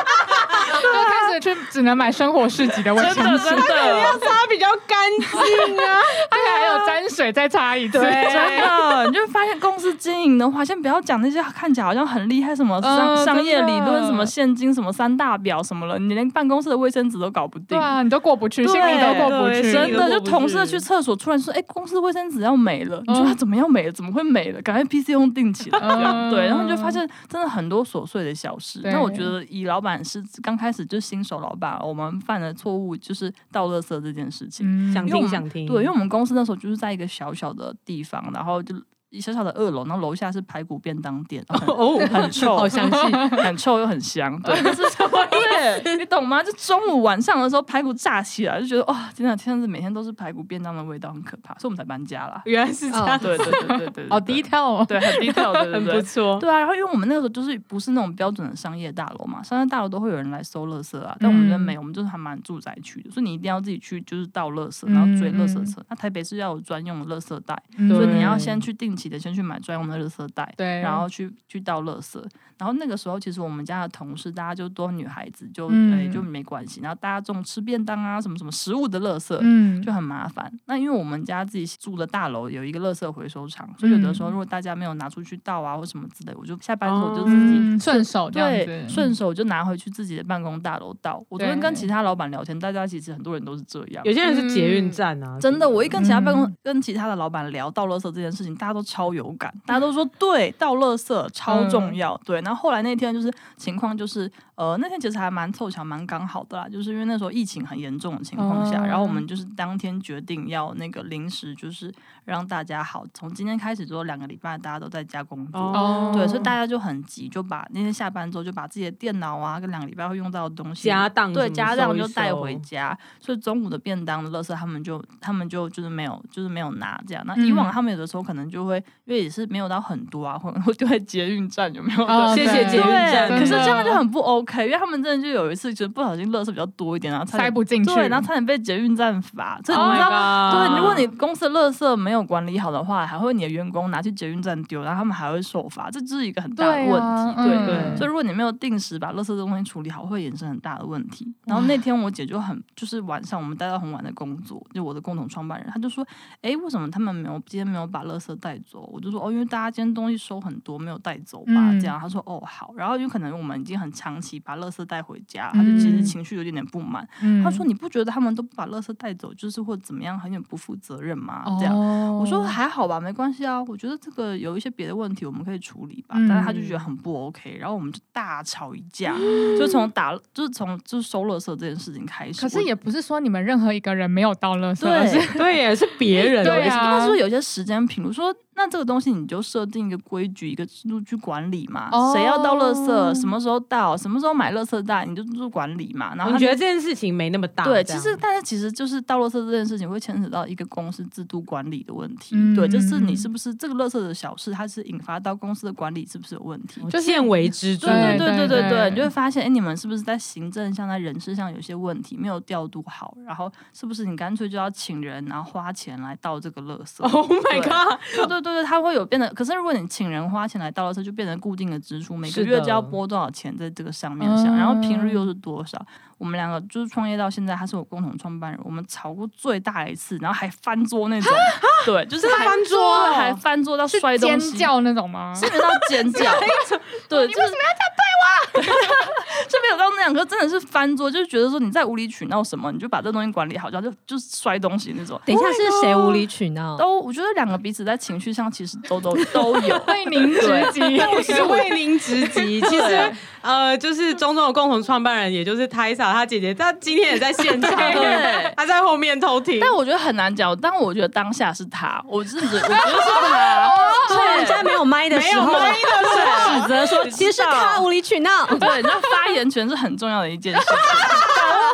Speaker 2: 就开始去只能买生活市集的卫生纸， [laughs]
Speaker 5: 真的，
Speaker 3: 它比较干净啊。
Speaker 2: 而且还有沾水再擦一次，
Speaker 5: 真的，你就发现公司经营的话，先不要讲那些看起来好像很厉害什么商、
Speaker 2: 嗯
Speaker 5: 商业
Speaker 2: 真的
Speaker 5: 理论、什么现金、什么三大表什么了，你连办公室的卫生纸都搞不定
Speaker 2: 对。啊，你都过不去，
Speaker 5: 对
Speaker 2: 心里都过不去，
Speaker 3: 对
Speaker 5: 真的，
Speaker 3: 都过
Speaker 5: 就
Speaker 3: 不
Speaker 5: 同事
Speaker 3: 去
Speaker 5: 去厕所，突然说：“哎、公司卫生纸要没了。”你说
Speaker 2: 嗯
Speaker 5: 啊他怎么要没了？怎么会没了？赶快 PC 用定起来，这样
Speaker 2: 嗯
Speaker 5: 对。然后你就发现真的很多琐碎的小事。
Speaker 2: 对
Speaker 5: 那我觉得以老板是刚开始就新手老板，我们犯的错误就是倒垃圾这件事情。
Speaker 2: 嗯
Speaker 3: 想
Speaker 5: 因为我
Speaker 3: 听
Speaker 5: 们
Speaker 3: 想听，
Speaker 5: 对，因为我们公司那时候就是在一个小小的地方，然后就小小的二楼，然后楼下是排骨便当店，然后
Speaker 3: [laughs] 哦， [laughs]
Speaker 5: 很很 [laughs] 臭，
Speaker 3: 好详细，。
Speaker 5: 很臭又很香，对，但是对，你懂吗？就中午晚上的时候排骨炸起来，就觉得哇，天哪，天哪，啊每天都是排骨便当的味道，很可怕，所以我们才搬家啦
Speaker 3: 原来是这样，
Speaker 5: 对对对对对对，
Speaker 2: 好
Speaker 5: 对
Speaker 2: detail 哦，
Speaker 5: 对，很 detail，对
Speaker 3: [laughs] 很
Speaker 5: 对
Speaker 3: 不
Speaker 5: 对。
Speaker 3: 错。
Speaker 5: 对啊，然后因为我们那个时候就是不是那种标准的商业大楼嘛，商业大楼都会有人来收垃圾啊，但我们那
Speaker 2: 嗯
Speaker 5: 没有，我们就是还蛮住宅区的，所以你一定要自己去就是倒垃圾，
Speaker 3: 嗯
Speaker 5: 然后追垃圾车。那台北是要有专用的垃圾袋，所以你要先去定期的先去买专用的垃圾袋，
Speaker 2: 对，
Speaker 5: 然后去去倒垃圾。然后那个时候，其实我们家的同事大家就都女孩子，就、
Speaker 2: 嗯
Speaker 5: 哎就没关系。然后大家中午吃便当啊，什么什么食物的垃圾。
Speaker 2: 嗯，
Speaker 5: 就很麻烦。那因为我们家自己住的大楼有一个垃圾回收厂，所以有的时
Speaker 2: 嗯
Speaker 5: 候如果大家没有拿出去倒啊或什么之类，我就下班之后我就自己、
Speaker 2: 嗯顺手这样
Speaker 5: 对
Speaker 2: 子，
Speaker 5: 顺手就拿回去自己的办公大楼倒。我昨天
Speaker 2: 对
Speaker 5: 跟其他老板聊天，大家其实很多人都是这样
Speaker 3: 有。些人是捷运站啊，
Speaker 5: 嗯真的，我一跟其他办公、
Speaker 2: 嗯
Speaker 5: 跟其他的老板聊倒垃圾这件事情，大家都超有感，大家都说对，倒垃圾超重要。对，然后后来那天就是情况就是，呃，那天其实还蛮凑巧，蛮刚好的啦，就是因为那时候疫情很严重的情况下，
Speaker 2: 哦
Speaker 5: 然后我们就是当天决定要那个临时，就是让大家好，从今天开始之后两个礼拜大家都在家工作。
Speaker 3: 哦
Speaker 2: 哦，
Speaker 5: 对，所以大家就很急，就把那天下班之后就把自己的电脑啊，跟两个礼拜会用到的东西
Speaker 3: 家当
Speaker 5: 对，
Speaker 3: 什么
Speaker 5: 家长
Speaker 3: 收一
Speaker 5: 就带
Speaker 3: 收
Speaker 5: 回家，所以中午的便当的垃圾他们就他们就就是没有就是没有拿这样。那以往
Speaker 2: 嗯
Speaker 5: 他们有的时候可能就会因为也是没有到很多啊，或者会丢在捷运站有没有？
Speaker 2: 哦
Speaker 5: [laughs] 对
Speaker 3: 谢谢
Speaker 2: 对
Speaker 3: 捷运站，
Speaker 5: 对，可是
Speaker 2: 真的
Speaker 5: 这样就很不 OK，因为他们真的就有一次就不小心垃圾比较多一点，然啊后差
Speaker 2: 塞
Speaker 5: 点
Speaker 2: 不进去，
Speaker 5: 对，然后差点被捷运站罚。这
Speaker 3: Oh
Speaker 5: 你
Speaker 3: my
Speaker 5: 知道
Speaker 3: god
Speaker 5: 对，如果你公司垃圾没有管理好的话，还会你的员工拿去捷运站丢，然后他们还会受罚，这就是一个很大的
Speaker 2: 对啊
Speaker 5: 问题。对,、
Speaker 2: 嗯
Speaker 3: 对
Speaker 5: 所以如果你没有定时把垃圾这东西处理好，会衍生很大的问题。然后那天我姐就很，就是晚上我们待到很晚的工作，就我的共同创办人，她就说：“哎，为什么他们没有今天没有把垃圾带走？”我就说：“哦，因为大家今天东西收很多，没有带走吧？”
Speaker 2: 嗯
Speaker 5: 这样，她说：“哦，好。”然后有可能我们已经很长期把垃圾带回家，她就其实
Speaker 2: 嗯
Speaker 5: 情绪有点点不满。
Speaker 2: 嗯
Speaker 5: 他说：“你不觉得他们都不把垃圾带走，就是或怎么样，很有不负责任吗？”这样，
Speaker 2: 哦
Speaker 5: 我说还好吧，没关系啊。我觉得这个有一些别的问题我们可以处理吧。
Speaker 2: 嗯
Speaker 5: 但是他就觉得很不 OK，然后我们就大吵一架，
Speaker 2: [gasps]
Speaker 5: 就从打就是从就是收垃圾这件事情开始。
Speaker 2: 可
Speaker 5: 我
Speaker 2: 是也不是说你们任何一个人没有到垃圾，而是
Speaker 3: [laughs]
Speaker 5: 对。
Speaker 3: 对耶，是别人
Speaker 2: 对
Speaker 5: 应
Speaker 2: 啊
Speaker 5: 该说有些时间，比如说，那这个东西你就设定一个规矩，一个制度去管理嘛。
Speaker 2: 哦
Speaker 5: 谁要倒垃圾，什么时候倒，什么时候买垃圾袋，你就做管理嘛。然
Speaker 3: 你
Speaker 5: 后他
Speaker 3: 觉
Speaker 5: 就
Speaker 3: 得这件事情没那么大？
Speaker 5: 啊对，
Speaker 3: 这
Speaker 5: 其
Speaker 3: 样
Speaker 5: 实但是其实就是倒垃圾这件事情会牵扯到一个公司制度管理的问题。
Speaker 2: 嗯
Speaker 5: 对，就是你
Speaker 2: 嗯
Speaker 5: 是不是这个垃圾的小事，它是引发到公司的管理是不是有问题？
Speaker 3: 哦
Speaker 2: 就是
Speaker 3: 见微知著，
Speaker 5: 对对对
Speaker 2: 对对
Speaker 5: 对对，
Speaker 2: 对
Speaker 5: 你就会发现，哎，你们是不是在行政上、在人事上有些问题没有调度好？然后是不是你干脆就要请人，然后花钱来倒这个垃圾？
Speaker 3: [laughs] Oh my
Speaker 5: 对
Speaker 3: god！
Speaker 5: 哦对对对，它会有变得。可是如果你请人花钱来倒垃圾，就变成固定的支出，每个
Speaker 3: 是的
Speaker 5: 月就要拨多少钱在这个上面上，
Speaker 2: 嗯
Speaker 5: 然后频率又是多少？我们两个就是创业到现在，他是我共同创办人，我们吵过最大一次，然后还翻桌那种，对，就是还
Speaker 3: 翻桌哦
Speaker 5: 对还翻桌到
Speaker 2: 是
Speaker 5: 摔
Speaker 2: 尖
Speaker 5: 东西，
Speaker 2: 叫那种吗？
Speaker 5: 是没有到尖叫， [laughs] 对，就是没有这样对 [laughs] 我，就没有到那样。可是真的是翻桌，就是觉得说你在无理取闹什么，你就把这东西管理好，然后就就是摔东西那种。
Speaker 4: 等一下是谁无理取 [laughs] 闹？
Speaker 5: 都，我觉得两个彼此在情绪上其实都都都有，
Speaker 2: 为您直
Speaker 5: [laughs]
Speaker 2: 击，
Speaker 3: 我是为您直击。其实，呃，就是中中的共同创办人，也就是 Tisa 她姐姐，她今天也在现场，
Speaker 5: [laughs] 对
Speaker 3: 她在后面偷听。
Speaker 5: 但我觉得很难讲。但我觉得当下是他，我是指我觉得是他，
Speaker 4: [laughs] 人家没有麦的时候，
Speaker 5: 对，指
Speaker 7: 啊
Speaker 5: 责说
Speaker 4: 其实是他无理取闹。
Speaker 5: 对，那发言权是很重要的一件事情。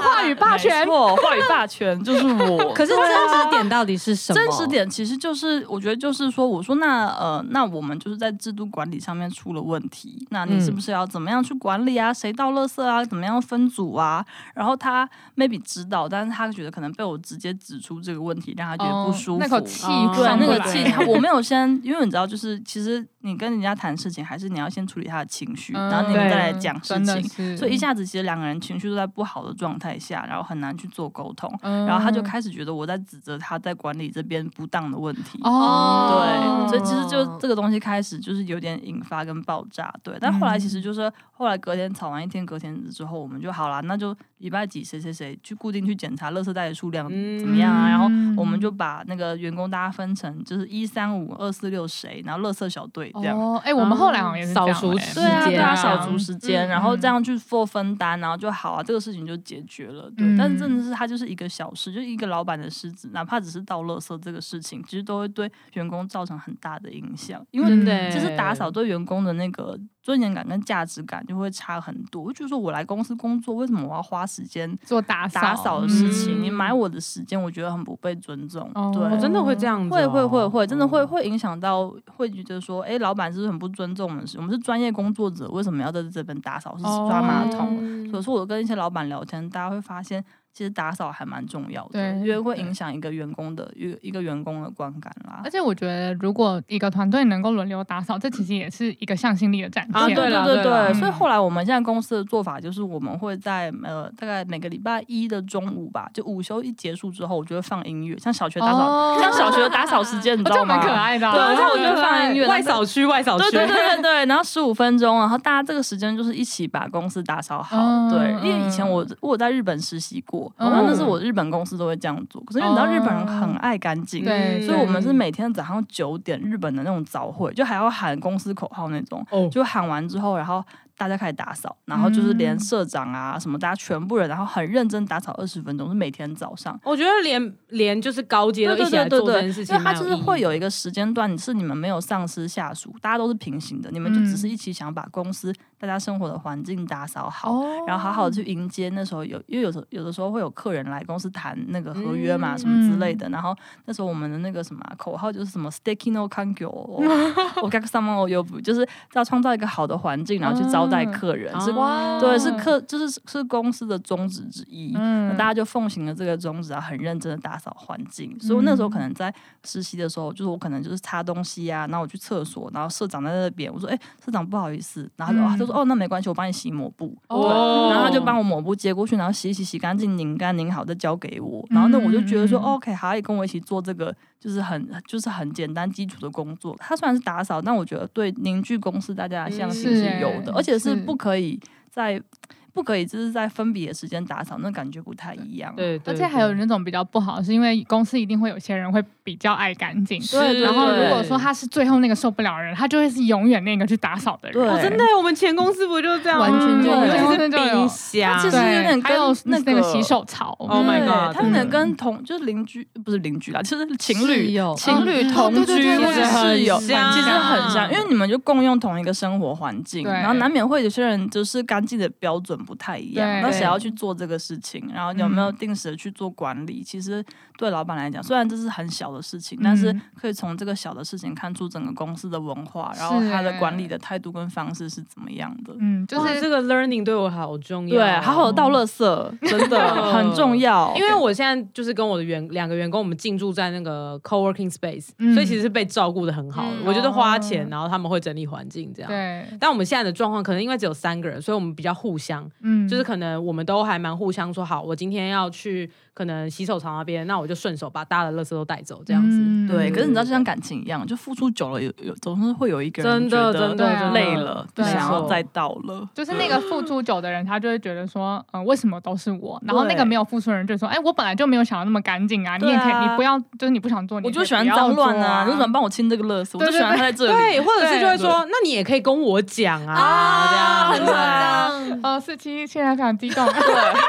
Speaker 2: 话话语霸权
Speaker 5: 没错，话语霸权就
Speaker 2: [laughs]
Speaker 5: 是我。
Speaker 7: 可是真实点到底是什么？
Speaker 5: 真实点其实就是，我觉得就是说，我说那呃，那我们就是在制度管理上面出了问题。那你
Speaker 2: 嗯
Speaker 5: 是不是要怎么样去管理啊？谁倒垃圾啊？怎么样分组啊？然后他 maybe 知道，但是他觉得可能被我直接指出这个问题，让他觉得不舒服。
Speaker 2: 那口气
Speaker 3: 哦
Speaker 5: 哦对
Speaker 2: 上
Speaker 5: 那
Speaker 2: 不
Speaker 5: 个
Speaker 2: 来
Speaker 5: 气，我没有先，因为你知道，就是其实你跟人家谈事情，还是你要先处理他的情绪，
Speaker 2: 嗯
Speaker 5: 然后你们
Speaker 3: 对
Speaker 5: 再来讲事
Speaker 2: 真的
Speaker 5: 情。
Speaker 2: 是
Speaker 5: 所以一下子，其实两个人情绪都在不好的状态下，然后很难去做沟通。
Speaker 2: 嗯
Speaker 5: 然后他就开始觉得我在指责他在管理这边不当的问题。
Speaker 2: 哦
Speaker 5: 对，，所以其实就这个东西开始就是有点引发跟爆炸，对。但后来其实就是后来隔天吵完一天，隔天之后我们就好啦，那就礼拜几谁谁谁去固定去检查垃圾袋的数量怎么样啊，然后我们就把那个员工大家分成就是一三五二四六谁，然后垃圾小队这样。
Speaker 2: 哦，哎，我们后来好像也是这样
Speaker 3: 扫除
Speaker 2: 哎
Speaker 3: 时
Speaker 5: 对啊，
Speaker 3: 间
Speaker 5: 对啊，
Speaker 3: 啊
Speaker 5: 少足时间，
Speaker 2: 嗯
Speaker 5: 然后这样去做分担，然后就好啊，这个事情就解决了。对，
Speaker 2: 嗯
Speaker 5: 但是真的是他就是一个小事，就是一个老板的失职，哪怕只是倒垃圾这个事情，其实都会对员工造成很大的影响，因为
Speaker 3: 真的耶
Speaker 5: 其实打扫对员工的那个尊严感跟价值感就会差很多。我就说我来公司工作，为什么我要花时间
Speaker 2: 做打扫
Speaker 5: 打扫的事情？
Speaker 3: 嗯
Speaker 5: 你买我的时间，我觉得很不被尊重。
Speaker 2: 哦
Speaker 5: 对，
Speaker 2: 我
Speaker 3: 真的会这样子哦、
Speaker 5: 会会会会，真的
Speaker 2: 嗯
Speaker 5: 会会影响到，会觉得说，哎，老板是不是很不尊重我们？我们是专业工作者，为什么要在这边打扫？是
Speaker 2: 哦
Speaker 5: 刷马桶。
Speaker 3: 嗯。
Speaker 5: 有时候我跟一些老板聊天，大家会发现，其实打扫还蛮重要的，
Speaker 2: 对
Speaker 5: 因为会
Speaker 2: 对
Speaker 5: 影响一个员工的一个一个员工的观感啦
Speaker 2: 而。且我觉得，如果一个团队能够轮流打扫，这其实也是一个向心力的展现。
Speaker 3: 啊对
Speaker 5: 对
Speaker 3: 啦
Speaker 5: 对
Speaker 3: 啦
Speaker 5: 对，
Speaker 2: 嗯
Speaker 5: 所以后来我们现在公司的做法就是，我们会在呃大概每个礼拜一的中午吧，就午休一结束之后，我就会放音乐，像小学打扫，
Speaker 2: 哦
Speaker 5: 像小学打扫时间，你
Speaker 2: 哦这
Speaker 5: 知道
Speaker 2: 样
Speaker 5: 吗？
Speaker 2: 蛮可爱的啊。
Speaker 5: 对，然后我就放音乐，
Speaker 3: 外扫区，外
Speaker 2: 哦
Speaker 3: 扫区，
Speaker 5: 对对对对对，然后十五分钟，然后大家这个时间就是一起把公司打扫好。
Speaker 2: 嗯
Speaker 5: 对，因为以前
Speaker 2: 嗯
Speaker 5: 我我有在日本实习过，
Speaker 2: 嗯哦
Speaker 5: 然后那是我日本公司都会这样做。可是因为你知道日本人很爱干
Speaker 3: 嗯
Speaker 5: 净，
Speaker 2: 对，嗯
Speaker 5: 所以我们是每天早上九点日本的那种早会，就还要喊公司口号那种。
Speaker 2: 嗯
Speaker 3: 哦
Speaker 5: 就喊完之后，然后大家开始打扫，然后就是连社长啊什么，大家全部人，然后很认真打扫二十分钟，是每天早上。
Speaker 3: 我觉得连连就是高阶都
Speaker 5: 对
Speaker 3: 一
Speaker 5: 对
Speaker 3: 起来
Speaker 5: 对对
Speaker 3: 做这
Speaker 5: 对，
Speaker 3: 件
Speaker 5: 因
Speaker 3: 事
Speaker 5: 为
Speaker 3: 情，
Speaker 5: 它就是会
Speaker 3: 有
Speaker 5: 有一个时间段是你们没有上司下属，大家都是平行的，你们就只是
Speaker 3: 嗯
Speaker 5: 一起想把公司大家生活的环境打扫好，
Speaker 2: 哦
Speaker 5: 然后好好地去迎接那时候有，因为有时候有的时候会有客人来公司谈那个合约嘛、什么之类的，然后那时候我们的那个什么啊口号就是什么 “sticky no c a n g o 我 g a s a m o y o b 哦就是要创造一个好的环境，然后去招待客人，是
Speaker 3: 哇，
Speaker 5: 对，是客，就是是公司的宗旨之一。那大家就奉行了这个宗旨啊，很认真的打扫环境。所以我那时候可能在实习的时候，就是我可能就是擦东西啊，然后我去厕所，然后社长在那边，我说：“哎、社长不好意思。”然后他就、哦他就说：“哦，那没关系，我帮你洗抹布。”
Speaker 2: 哦
Speaker 5: 然后他就帮我抹布接过去，然后洗一洗，洗干净，拧干，拧好再交给我。然后呢，我就觉得说、
Speaker 2: 嗯
Speaker 5: o k 好，也跟我一起做这个，就是很就是很简单基础的工作。他虽然是打扫，但我觉得对凝聚公司大家的向
Speaker 2: 嗯
Speaker 5: 心是
Speaker 2: 是欸
Speaker 5: 有的，而且是
Speaker 2: 是
Speaker 5: 不可以在不可以就是在分别的时间打扫，那感觉不太一样。
Speaker 3: 对，对，
Speaker 2: 而且还有那种比较不好，是因为公司一定会有些人会比较爱干净。
Speaker 5: 对对
Speaker 2: 然后
Speaker 5: 对
Speaker 2: 如果说他是最后那个受不了的人，他就会是永远那个去打扫的人。
Speaker 5: 对
Speaker 3: 哦真的，我们前公司不就这样吗，嗯
Speaker 7: 完全就有
Speaker 3: 尤其是
Speaker 2: 完全就有
Speaker 3: 冰
Speaker 5: 它其
Speaker 3: 箱
Speaker 5: 实。有点跟
Speaker 2: 还有
Speaker 5: 那个
Speaker 2: 个洗手槽。嗯
Speaker 3: Oh my
Speaker 5: 对
Speaker 3: god，
Speaker 5: 他有
Speaker 3: 真
Speaker 5: 点
Speaker 3: 的
Speaker 5: 跟同就是邻居不是邻居啦，就是情侣
Speaker 7: 室友
Speaker 5: 情侣
Speaker 2: 嗯
Speaker 5: 同
Speaker 2: 哦对对
Speaker 5: 居
Speaker 2: 对
Speaker 5: 或者
Speaker 2: 对
Speaker 5: 室友，
Speaker 3: 很
Speaker 5: 其实
Speaker 3: 像
Speaker 5: 很像，因为你们就共用同一个生活环境，
Speaker 2: 对
Speaker 5: 然后难免会有些人就是干净的标准不太一样，
Speaker 2: 对
Speaker 5: 那谁要去做这个事情？然后有没有定时的去做管理？其实对老板来讲，虽然这是很小的事情，但是可以从这个小的事情看出整个公司的文化，然后
Speaker 2: 是
Speaker 5: 他的管理
Speaker 2: 欸
Speaker 5: 的态度跟方式是怎么样的。
Speaker 2: 嗯，就
Speaker 3: 就是
Speaker 2: 是
Speaker 3: 这个 learning 对我好重要，
Speaker 5: 对，好好的倒垃圾，真的很重要，
Speaker 3: 因为我现在就是跟我的员两个员工，我们进驻在那个 co-working space，、
Speaker 2: 嗯
Speaker 3: 所以其实是被照顾的很好的。
Speaker 2: 嗯
Speaker 3: 我就是花
Speaker 5: 哦
Speaker 3: 钱，然后他们会整理环境这样。
Speaker 2: 对，
Speaker 3: 但我们现在的状况，可能因为只有三个人，所以我们比较互相，
Speaker 2: 嗯，
Speaker 3: 就是可能我们都还蛮互相说好，我今天要去可能洗手槽那边，那我就顺手把大家的垃圾都带走这样子。
Speaker 2: 嗯
Speaker 5: 对，可是你知道，就像感情一样，就付出久了，有有总是会有一个
Speaker 3: 真
Speaker 5: 人
Speaker 3: 的
Speaker 5: 觉得
Speaker 3: 真
Speaker 2: 对啊
Speaker 3: 的
Speaker 5: 累了，不
Speaker 2: 对
Speaker 5: 想要
Speaker 3: 没错
Speaker 5: 再倒了。
Speaker 2: 就是那个付出久的人，他就会觉得说，嗯，为什么都是我？然后那个没有付出的人就说，哎，我本来就没有想要那么干净啊，你也可
Speaker 5: 对
Speaker 2: 以，
Speaker 5: 啊
Speaker 2: 你不要，就是你不想做，
Speaker 5: 我
Speaker 2: 你
Speaker 5: 就
Speaker 2: 也
Speaker 5: 喜欢
Speaker 2: 不要
Speaker 5: 脏乱
Speaker 2: 做
Speaker 5: 啊，
Speaker 2: 啊，
Speaker 5: 你就喜欢帮我清这个垃圾，我就
Speaker 2: 对对
Speaker 5: 喜欢他在这里。
Speaker 3: 对，或者是就会
Speaker 5: 对
Speaker 3: 说，那你也可以跟我讲啊，这样
Speaker 5: 很
Speaker 3: 子
Speaker 5: 夸张
Speaker 2: 呃，是期现在非常激动。 [laughs]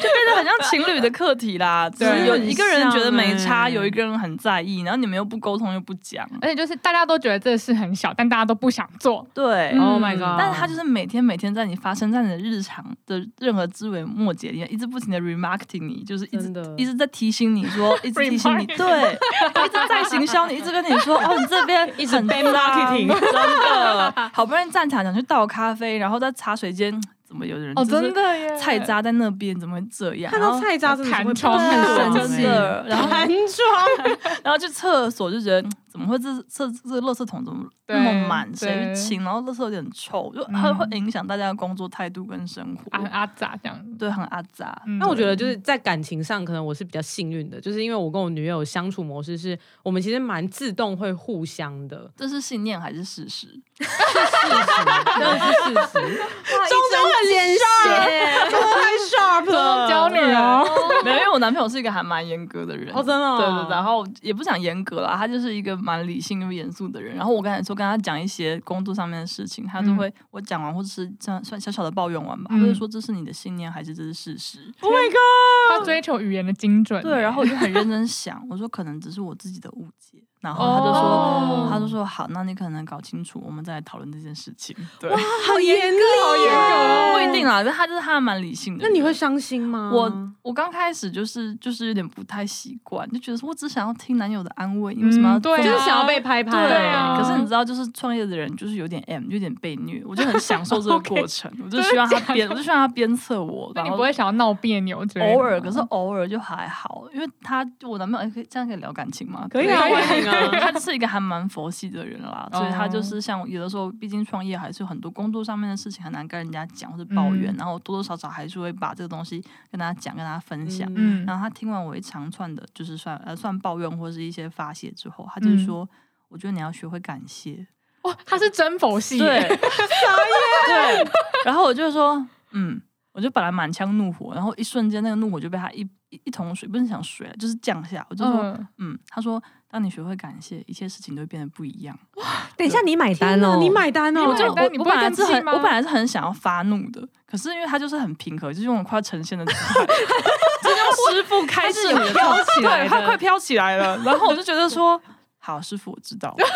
Speaker 5: 变得很像情侣的课题啦，只
Speaker 2: 对
Speaker 5: 是有一个人觉得没
Speaker 3: 很像
Speaker 5: 差，
Speaker 3: 欸
Speaker 5: 有一个人很在意，然后你们又不沟通又不讲，
Speaker 2: 而且就是大家都觉得这事很小，但大家都不想做。
Speaker 5: 对。
Speaker 3: Oh my god！
Speaker 5: 但是他就是每天每天在你发生在你的日常的任何枝微末节里面，一直不停的 remarketing 你，就是一
Speaker 3: 真
Speaker 5: 直
Speaker 3: 的
Speaker 5: 一直在提醒你说，一直提醒你，
Speaker 2: Remarketing
Speaker 5: 对，一直在行销你，一直跟你说，哦，你这边一直 bad marketing，真的，好不容易站起来想去倒咖啡，然后在茶水间，嗯怎么有人就是
Speaker 2: 哦的耶
Speaker 5: 菜渣在那边，怎么会这样？
Speaker 3: 看
Speaker 5: 然
Speaker 3: 到
Speaker 5: 后
Speaker 3: 菜渣真的是会
Speaker 2: 弹
Speaker 3: 欸
Speaker 2: 窗
Speaker 3: 很
Speaker 5: 对
Speaker 3: 生
Speaker 5: 真
Speaker 3: 气，
Speaker 5: 的，然后
Speaker 3: 弹窗，
Speaker 5: [laughs] 然后去厕所就觉得嗯怎么会这这这这垃圾桶怎么
Speaker 2: 对
Speaker 5: 那么满，谁
Speaker 2: 对
Speaker 5: 去清？然后垃圾有点臭，就
Speaker 2: 嗯啊
Speaker 5: 很会影响大家的工作态度跟生活，
Speaker 2: 阿阿杂这样。
Speaker 5: 对，很阿杂。，
Speaker 2: 嗯
Speaker 3: 那我觉得就是在感情上，可能我是比较幸运的，就是因为我跟我女友相处模式是我们其实蛮自动会互相的 [laughs]
Speaker 5: 这是信念还是
Speaker 2: [laughs]
Speaker 5: 事实？
Speaker 3: 真的是事实。中的很 sharp，中太 sharp 了，
Speaker 2: 教女哦，
Speaker 5: 呃啊 [laughs] 没有，因为我男朋友是一个还蛮严格的人，
Speaker 3: 哦真的哦
Speaker 5: 对对对，然后也不想严格啦，他就是一个蛮理性又严肃的人。然后我刚才说跟他讲一些工作上面的事情，他就
Speaker 2: 嗯
Speaker 5: 会、我讲完或者是这样算小小的抱怨完吧，
Speaker 2: 嗯
Speaker 5: 他就说这是你的信念还是这是事实？
Speaker 3: Oh my god！
Speaker 2: 他追求语言的精准。
Speaker 5: 对，然后我就很认真想，我说可能只是我自己的误解，然后他就说，
Speaker 2: 哦
Speaker 5: 他就说好，那你可能搞清楚，我们再来讨论这件事情。对，
Speaker 3: 好严哦厉，好严
Speaker 5: 不一定啦，但他就是他还蛮理性的
Speaker 3: 那
Speaker 5: 人。
Speaker 3: 你会伤心吗？
Speaker 2: 嗯
Speaker 5: 我我刚开始就是就是有点不太习惯，就觉得说我只想要听男友的安慰，你为什么要
Speaker 2: 嗯对啊
Speaker 5: 这
Speaker 3: 就
Speaker 5: 样
Speaker 3: 是想要被拍拍，
Speaker 5: 对
Speaker 2: 啊
Speaker 5: 可是你知道，就是创业的人就是有点 M，有点被虐，我就很享受这
Speaker 2: [laughs]
Speaker 5: 个过程，我就希望他鞭，我就希望他鞭策我，
Speaker 2: 那
Speaker 5: 然
Speaker 2: 你
Speaker 5: 后
Speaker 2: 不会想要闹别扭之类的吗？
Speaker 5: 偶尔，可是偶尔就还好，因为他我男朋友哎可以这样可以聊感情吗？
Speaker 3: 可以啊，
Speaker 2: 可以
Speaker 3: 欢迎啊。
Speaker 5: [laughs] 他是一个还蛮佛系的人啦，所以他
Speaker 2: 哦
Speaker 5: 就是像有的时候，毕竟创业还是有很多工作上面的事情很难跟人家讲或是抱怨，
Speaker 2: 嗯
Speaker 5: 然后多多少少还是会把这个东西跟大家讲、跟大家分享。
Speaker 3: 嗯，
Speaker 2: 嗯
Speaker 5: 然后他听完我一长串的，就是算呃算抱怨或是一些发泄之后，
Speaker 2: 嗯
Speaker 5: 他就是说。我觉得你要学会感谢，
Speaker 2: 哦，他是真佛系， [laughs]
Speaker 5: 对，对。然后我就说，嗯，我就本来满腔怒火，然后一瞬间那个怒火就被他一一一桶水，不是想水啊，就是降下。我就说，
Speaker 2: 嗯，
Speaker 5: 嗯，他说，当你学会感谢，一切事情都会变得不一样。
Speaker 7: 等一下你买单哦，
Speaker 3: 你买单哦，
Speaker 5: 我就
Speaker 2: 买
Speaker 5: 我
Speaker 2: 单你不
Speaker 5: 我本
Speaker 2: 会
Speaker 5: 来
Speaker 2: 更
Speaker 5: 是
Speaker 2: 气
Speaker 5: 很
Speaker 2: 吗
Speaker 5: 我本来是很想要发怒的，可是因为他就是很平和，就是用了快要呈现的姿态， [laughs] 就用师傅开始有飘起来，对，他快飘起来了。然后我就觉得说，好，师傅我知道，对 [laughs]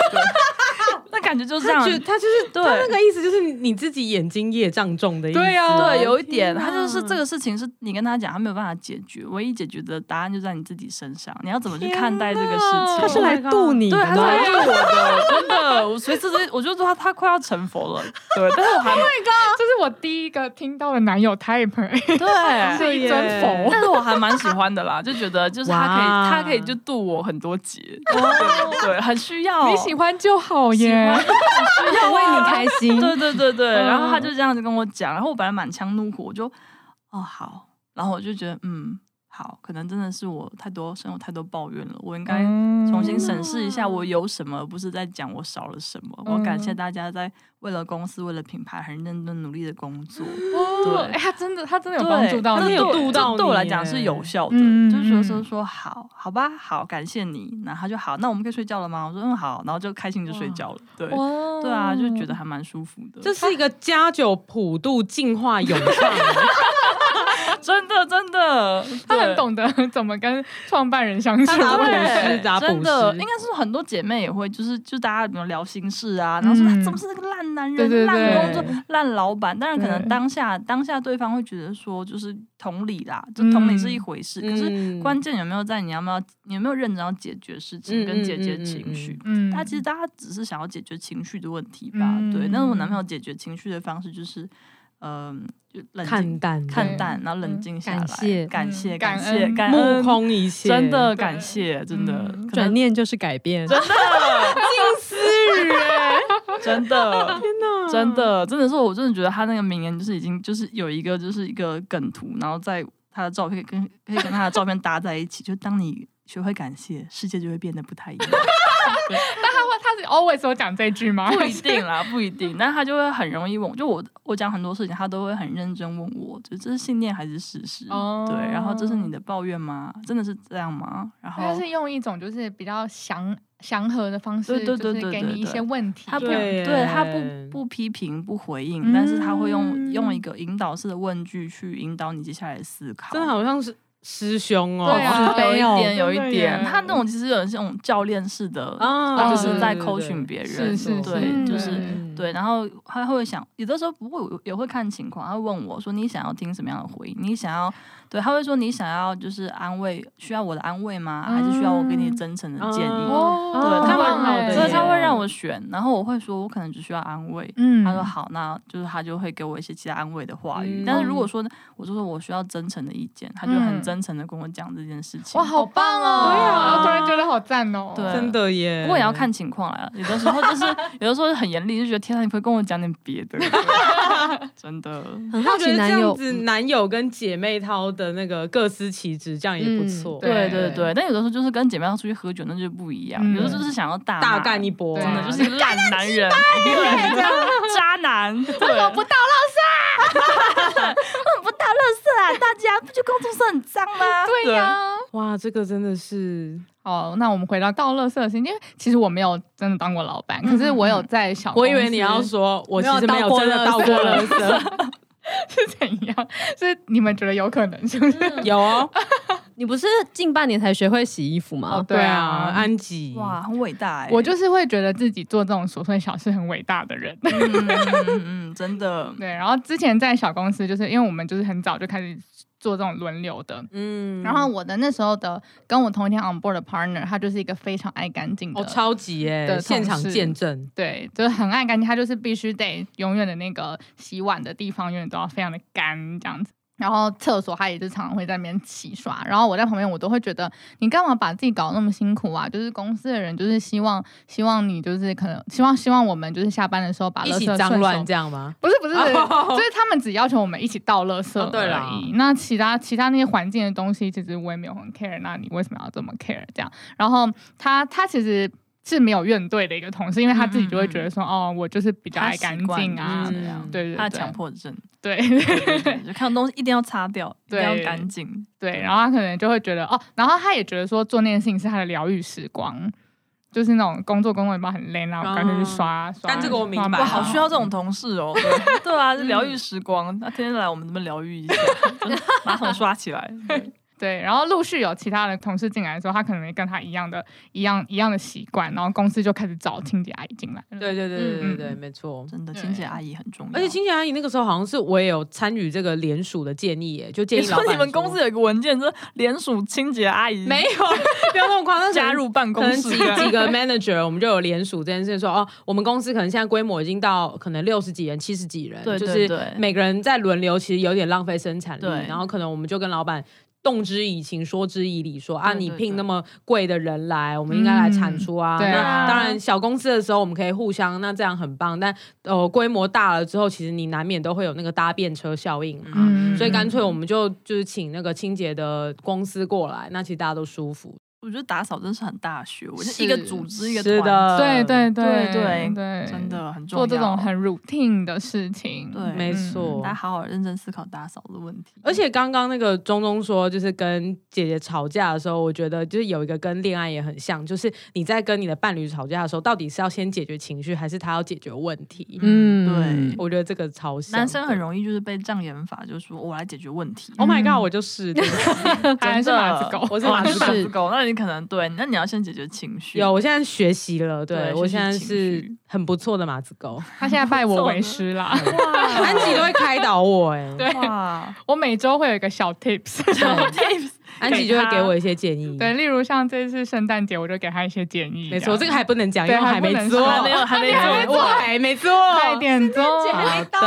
Speaker 5: 那感觉就是这样
Speaker 3: 他。就他就是
Speaker 5: 对
Speaker 3: 他那个意思就是你自己眼睛业障重的意思。
Speaker 2: 对啊
Speaker 5: 对，有一点，
Speaker 3: 天
Speaker 5: 他就是这
Speaker 3: 哪
Speaker 5: 个事情是你跟他讲，他没有办法解决，唯一解决的答案就在你自己身上。你要怎么去看待这个事
Speaker 2: 啊
Speaker 5: 情？
Speaker 3: 他是来度你的
Speaker 5: 对，啊
Speaker 3: 吗，
Speaker 5: 他是来救我的，真的。我随时随，我就说他他快要成佛了，对，但是我
Speaker 2: Oh
Speaker 5: 还
Speaker 2: 这是我第一个听到的男友 type，
Speaker 5: 对。
Speaker 2: 是一尊佛。
Speaker 5: 但是我还蛮喜欢的啦，就觉得就是他可以，
Speaker 3: 哇
Speaker 5: 他可以就渡我很多劫，对对，很需要
Speaker 2: 你喜欢就好耶， [laughs] 啊
Speaker 7: 要为你开心。
Speaker 5: 对对对对，然后他
Speaker 2: 嗯
Speaker 5: 就这样子跟我讲，然后我本来满腔怒火，我就哦好，然后我就觉得嗯好，可能真的是我太多生活太多抱怨了，我应该
Speaker 2: 嗯
Speaker 5: 重新审视一下我有什么，而不是在讲我少了什么。我感谢
Speaker 2: 嗯
Speaker 5: 大家在为了公司、为了品牌很认真努力的工作，
Speaker 2: 哦
Speaker 5: 对
Speaker 2: 哎，他真的，他真的有
Speaker 5: 对
Speaker 2: 帮助到
Speaker 5: 真
Speaker 2: 你，
Speaker 5: 的
Speaker 3: 有
Speaker 5: 对
Speaker 3: 度到
Speaker 5: 这对我
Speaker 3: 你
Speaker 5: 来讲
Speaker 3: 耶
Speaker 5: 是有效的，
Speaker 2: 嗯
Speaker 5: 就是说
Speaker 2: 嗯
Speaker 5: 说说好好吧，好感谢你，然后他就好，那我们可以睡觉了吗？我说嗯好，然后就开心就睡觉了，对。
Speaker 2: 哇哦
Speaker 5: 对啊，就觉得还蛮舒服的。
Speaker 3: 这是一个加九普渡净化咏 [laughs] 唱，
Speaker 5: 真的真的，
Speaker 2: 他
Speaker 5: 对
Speaker 2: 很。懂得 [laughs] 怎么跟创办人相处。
Speaker 3: 他拿
Speaker 5: 对
Speaker 3: 普施打普
Speaker 5: 真的，
Speaker 3: 施
Speaker 5: 应该是很多姐妹也会，就是就大家比如聊心事啊，然后说
Speaker 2: 嗯
Speaker 5: 他怎么是那个烂男
Speaker 2: 对对
Speaker 5: 人、烂
Speaker 2: 对
Speaker 5: 工作、烂老板。当然，可能
Speaker 2: 对
Speaker 5: 当下当下对方会觉得说，就是同理
Speaker 2: 嗯
Speaker 5: 啦，就同理是一回事，可是
Speaker 3: 嗯
Speaker 5: 关键有没有在你要不要你有没有认真要解决事情
Speaker 3: 嗯
Speaker 5: 跟
Speaker 3: 嗯
Speaker 5: 解决
Speaker 3: 嗯嗯
Speaker 5: 情绪。
Speaker 2: 嗯
Speaker 5: 他其实大家只是想要解决情绪的问题吧，
Speaker 2: 嗯
Speaker 5: 对。但是我男朋友解决情绪的方式就是，嗯、就冷静
Speaker 3: 看淡
Speaker 5: 看
Speaker 2: 对
Speaker 5: 淡，然后冷静下来，
Speaker 7: 感谢
Speaker 5: 感谢，
Speaker 2: 嗯
Speaker 5: 感
Speaker 2: 感
Speaker 5: 谢，
Speaker 2: 恩
Speaker 5: 感
Speaker 3: 目
Speaker 5: 恩，
Speaker 3: 空一切，
Speaker 5: 真的
Speaker 2: 对
Speaker 5: 感谢，真的，可
Speaker 7: 转
Speaker 5: 能
Speaker 7: 念就是改变，
Speaker 5: 真的，天哪，真的，真的是，我真的觉得他那个名言就是已经就是有一个就是一个梗图，然后在他的照片跟可以跟他的照片搭在一起，就当你学会感谢，世界就会变得不太一样。 [laughs]
Speaker 2: 但他会他是 always 有讲这句吗？
Speaker 5: 不一定啦，不一定。但他就会很容易问我，就我我讲很多事情，他都会很认真问我，就这是信念还是事实？
Speaker 2: 哦
Speaker 5: 对，然后这是你的抱怨吗？真的是这样吗？然后
Speaker 2: 他是用一种就是比较祥祥和的方式，
Speaker 5: 对对对
Speaker 2: 就是
Speaker 5: 对
Speaker 2: 给
Speaker 5: 对
Speaker 2: 你一
Speaker 5: 对
Speaker 2: 些问题，
Speaker 5: 他不
Speaker 2: 这样
Speaker 3: 对
Speaker 5: 对他
Speaker 3: 耶
Speaker 5: 不不批评不回应，但是他会用用
Speaker 2: 嗯
Speaker 5: 一个引导式的问句去引导你接下来的思考。
Speaker 3: 真的好像是师兄哦，
Speaker 5: 对
Speaker 2: 啊
Speaker 5: 啊，有一点，有
Speaker 2: 真的
Speaker 5: 一点
Speaker 2: 耶。
Speaker 5: 他那种其实有点是那种教练式的，
Speaker 3: 啊
Speaker 5: 就是在
Speaker 3: 哦对对
Speaker 5: coaching 别人，
Speaker 2: 是是是
Speaker 5: 对，就是
Speaker 2: 对
Speaker 3: 嗯
Speaker 5: 对，然后他会想，有的时候不会，也会看情况。他会问我说：“你想要听什么样的回应？你想要对？”他会说：“你想要就是安慰，需要我的安慰吗？还是需要我给你真诚的建议？”
Speaker 3: 嗯
Speaker 5: 对，
Speaker 2: 哦，
Speaker 5: 他
Speaker 3: 蛮好的
Speaker 5: 会，
Speaker 3: 耶
Speaker 5: 所以他会让我选，然后我会说，我可能只需要安慰。
Speaker 2: 嗯
Speaker 5: 他说好，那就是他就会给我一些其他安慰的话语。
Speaker 3: 嗯
Speaker 5: 但是如果说我就说我需要真诚的意见，他就很
Speaker 2: 嗯
Speaker 5: 真诚的跟我讲这件事情。
Speaker 2: 哇，好棒哦！
Speaker 3: 对啊
Speaker 2: 我突然觉得好赞哦。
Speaker 5: 对
Speaker 3: 真的耶。
Speaker 5: 不过也要看情况来了，有的时候就是有的时候很严厉，就觉得天啊，你可不可以跟我讲点别的， [laughs] 真的。
Speaker 4: 很好
Speaker 3: 他觉得
Speaker 4: 奇
Speaker 3: 这
Speaker 4: 男
Speaker 3: 样
Speaker 4: 友
Speaker 3: 子，男友跟姐妹掏的那个各司其职，这样也不错。
Speaker 2: 嗯
Speaker 5: 对
Speaker 2: 对
Speaker 5: 对对，但有的时候就是跟姐妹要出去喝酒，那就不一样。
Speaker 2: 嗯
Speaker 5: 有的时候就是想要大
Speaker 3: 大
Speaker 5: 骂
Speaker 3: 干一，波啊，
Speaker 5: 真的
Speaker 2: 对
Speaker 5: 就是一个烂男人， [laughs] 对，渣男，对，
Speaker 2: 不到了，
Speaker 5: 啊 [laughs] 不打垃圾啊！大家不就工作室很脏吗？
Speaker 2: 对呀、
Speaker 3: 哇，这个真的是
Speaker 2: 哦，那我们回到倒垃圾的事情，因为其实我没有真的当过老板，可是我
Speaker 5: 嗯
Speaker 2: 有在小公
Speaker 3: 我
Speaker 2: 司，
Speaker 3: 以为你要说，我其实没
Speaker 8: 没有
Speaker 3: 有真的到
Speaker 8: 倒
Speaker 3: 过
Speaker 8: 过
Speaker 3: 垃
Speaker 8: 垃
Speaker 3: 圾，
Speaker 2: 是怎样，是你们觉得有可能是不是？
Speaker 3: 有哦，
Speaker 4: 你不是近半年才学会洗衣服吗？
Speaker 3: 对啊，安吉，
Speaker 5: 哇，很伟大哎、
Speaker 2: 我就是会觉得自己做这种琐碎小事很伟大的人。
Speaker 5: 嗯嗯嗯嗯嗯，
Speaker 2: [laughs]
Speaker 5: 真的，
Speaker 2: 对，然后之前在小公司，就是因为我们就是很早就开始做这种轮流的。
Speaker 3: 嗯
Speaker 2: 然后我的那时候的跟我同一天 on board 的 partner，他就是一个非常爱干净的，
Speaker 3: 哦，超级耶，
Speaker 2: 的
Speaker 3: 现场
Speaker 2: 同事
Speaker 3: 见证，
Speaker 2: 对，就是很爱干净，他就是必须得永远的那个洗碗的地方永远都要非常的干这样子。然后厕所他也是常常会在那边洗刷，然后我在旁边我都会觉得你干嘛把自己搞得那么辛苦啊？就是公司的人就是希望希望你就是可能希望希望我们就是下班的时候把垃
Speaker 3: 一
Speaker 2: 圾
Speaker 3: 起
Speaker 2: 顺
Speaker 3: 脏
Speaker 2: 手
Speaker 3: 乱这样吗？
Speaker 2: 不是不是，
Speaker 3: 哦
Speaker 2: 就是他们只要求我们一起倒垃圾
Speaker 3: 哦对啦
Speaker 2: 而已。那其他其他那些环境的东西，其实我也没有很 care。那你为什么要这么 care 这样？然后他他其实。是没有怨怼的一个同事，因为他自己就会觉得说，哦，我就是比较
Speaker 5: 他
Speaker 2: 爱
Speaker 5: 习
Speaker 2: 干
Speaker 5: 惯
Speaker 2: 净
Speaker 5: 就
Speaker 2: 啊
Speaker 5: 是，这
Speaker 3: 嗯
Speaker 5: 样，
Speaker 2: 对对对，
Speaker 5: 他的强迫
Speaker 2: [laughs]
Speaker 5: 症，
Speaker 2: 对
Speaker 5: 就看到东西一定要擦掉，一定要
Speaker 2: 对
Speaker 5: 干净，
Speaker 2: 对，然后他可能就会觉得，哦，然后他也觉得说做那件事情是他的疗愈时光，就是那种工作工作一半很累，然后我干脆去刷刷。
Speaker 3: 哦但这个我明
Speaker 2: 刷
Speaker 3: 白
Speaker 2: 马
Speaker 5: 哇，
Speaker 3: 哇
Speaker 5: 好
Speaker 2: 桶
Speaker 5: 需要这种同事哦， [laughs] 对对啊，疗
Speaker 2: 嗯
Speaker 5: 愈时光，那天天来我们这边疗愈一下，马桶刷起来，对
Speaker 2: 对，然后陆续有其他的同事进来的时候，他可能跟他一样的、一样、一样的习惯，然后公司就开始找清洁阿姨进来。
Speaker 3: 对对对对对
Speaker 2: 嗯
Speaker 3: 对，
Speaker 2: 嗯
Speaker 3: 没错。
Speaker 5: 真的清洁阿姨很重要，
Speaker 3: 而且清洁阿姨那个时候好像是我也有参与这个联署的建议耶，就建
Speaker 5: 你
Speaker 3: 议老
Speaker 5: 说
Speaker 3: 板
Speaker 5: 你们公司有一个文件，就是联署清洁阿姨
Speaker 3: 没有，不要那么夸
Speaker 4: [laughs]
Speaker 3: 张，
Speaker 5: 加入办
Speaker 3: 可
Speaker 5: 公
Speaker 3: 能
Speaker 5: 室
Speaker 3: 几，几个 manager，我们就有联署这件事说哦，我们公司可能现在规模已经到可能六十几人、七十几人，
Speaker 5: 对
Speaker 3: 就
Speaker 5: 对
Speaker 3: 是
Speaker 5: 对
Speaker 3: 每个人在轮流，其实有点浪费生产力
Speaker 5: 对。
Speaker 3: 然后可能我们就跟老板。动之以情，说之以理，说啊，
Speaker 5: 对
Speaker 3: 你
Speaker 5: 对
Speaker 3: 聘
Speaker 5: 对
Speaker 3: 那么贵的人来，我们应该来产出啊。
Speaker 2: 对
Speaker 3: 那
Speaker 2: 啊
Speaker 3: 当然，小公司的时候我们可以互相，那这样很棒。但呃，规模大了之后，其实你难免都会有那个搭便车效应嘛。
Speaker 2: 嗯
Speaker 3: 所以干脆我们就就是请那个清洁的公司过来，那其实大家都舒服。
Speaker 5: 我觉得打扫真是很大学问，
Speaker 2: 是
Speaker 5: 一个组织一个
Speaker 3: 是
Speaker 5: 团
Speaker 3: 的，
Speaker 2: 对对
Speaker 5: 对
Speaker 2: 对
Speaker 5: 对
Speaker 2: 对，
Speaker 5: 真的很重
Speaker 2: 做
Speaker 5: 要。
Speaker 2: 这种很 routine 的事情，嗯
Speaker 5: 对
Speaker 3: 没错。
Speaker 5: 大家好好认真思考打扫的问题，
Speaker 3: 而且刚刚那个钟钟说，就是跟姐姐吵架的时候，我觉得就是有一个跟恋爱也很像，就是你在跟你的伴侣吵架的时候，到底是要先解决情绪，还是他要解决问题？
Speaker 4: 嗯，
Speaker 5: 对。
Speaker 3: 我觉得这个超像。
Speaker 5: 男生很容易就是被障眼法，就是说我来解决问题。
Speaker 3: ，Oh my god，我就是真的
Speaker 2: 还是
Speaker 5: 真的
Speaker 2: 马子狗。
Speaker 3: 我是
Speaker 5: 哦
Speaker 3: 马
Speaker 5: 你
Speaker 3: 子
Speaker 5: 是
Speaker 3: 狗
Speaker 5: 马子狗，那你可能对，那你要先解决情绪。
Speaker 3: 有，我现在学习了，对
Speaker 5: 对
Speaker 3: 我
Speaker 5: 学习
Speaker 3: 现在
Speaker 5: 情
Speaker 3: 是
Speaker 5: 绪
Speaker 3: 很不错的马子狗，
Speaker 2: 他现在拜我为师啦，
Speaker 3: 安吉都会开导我哎、
Speaker 2: 对
Speaker 5: 哇，
Speaker 2: 我每周会有一个小 tips。
Speaker 3: 安吉就会给我一些建议。
Speaker 4: [laughs]
Speaker 2: 对，例如像这次圣诞节，我就给他一些建议。
Speaker 3: 没错，这个还不能讲，因
Speaker 2: 对
Speaker 3: 为我
Speaker 2: 还
Speaker 3: 还没
Speaker 2: 不能
Speaker 3: 做，
Speaker 2: 说
Speaker 5: 还没有，还没有，
Speaker 3: 我还没做，
Speaker 2: 快点做。
Speaker 3: 好的，
Speaker 5: 对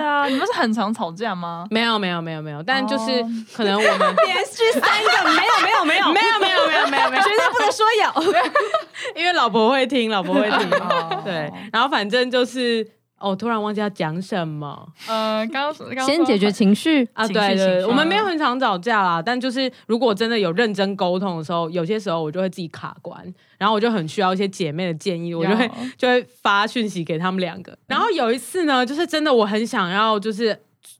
Speaker 5: 啊，你们是很常吵架吗？
Speaker 3: 没有没有没有没有，但就是
Speaker 5: 哦
Speaker 3: 可能我们
Speaker 8: 连续三个没有没有没有
Speaker 3: 没有没有没有没有没有，
Speaker 8: 绝对不能说有。
Speaker 3: 因为老婆会听，老婆会听，
Speaker 5: 哦
Speaker 3: 对，然后反正就是。哦，突然忘记要讲什么
Speaker 2: 呃，刚刚刚
Speaker 4: [laughs] 先解决情绪，
Speaker 3: 啊？
Speaker 5: 情绪嗯
Speaker 3: 对
Speaker 5: 情
Speaker 3: 对，
Speaker 5: 绪
Speaker 3: 我们没有很常吵架啦，但就是如果真的有认真沟通的时候，有些时候我就会自己卡关，然后我就很需要一些姐妹的建议，我就会就会发讯息给他们两个。然后有一次呢，就是真的我很想要就是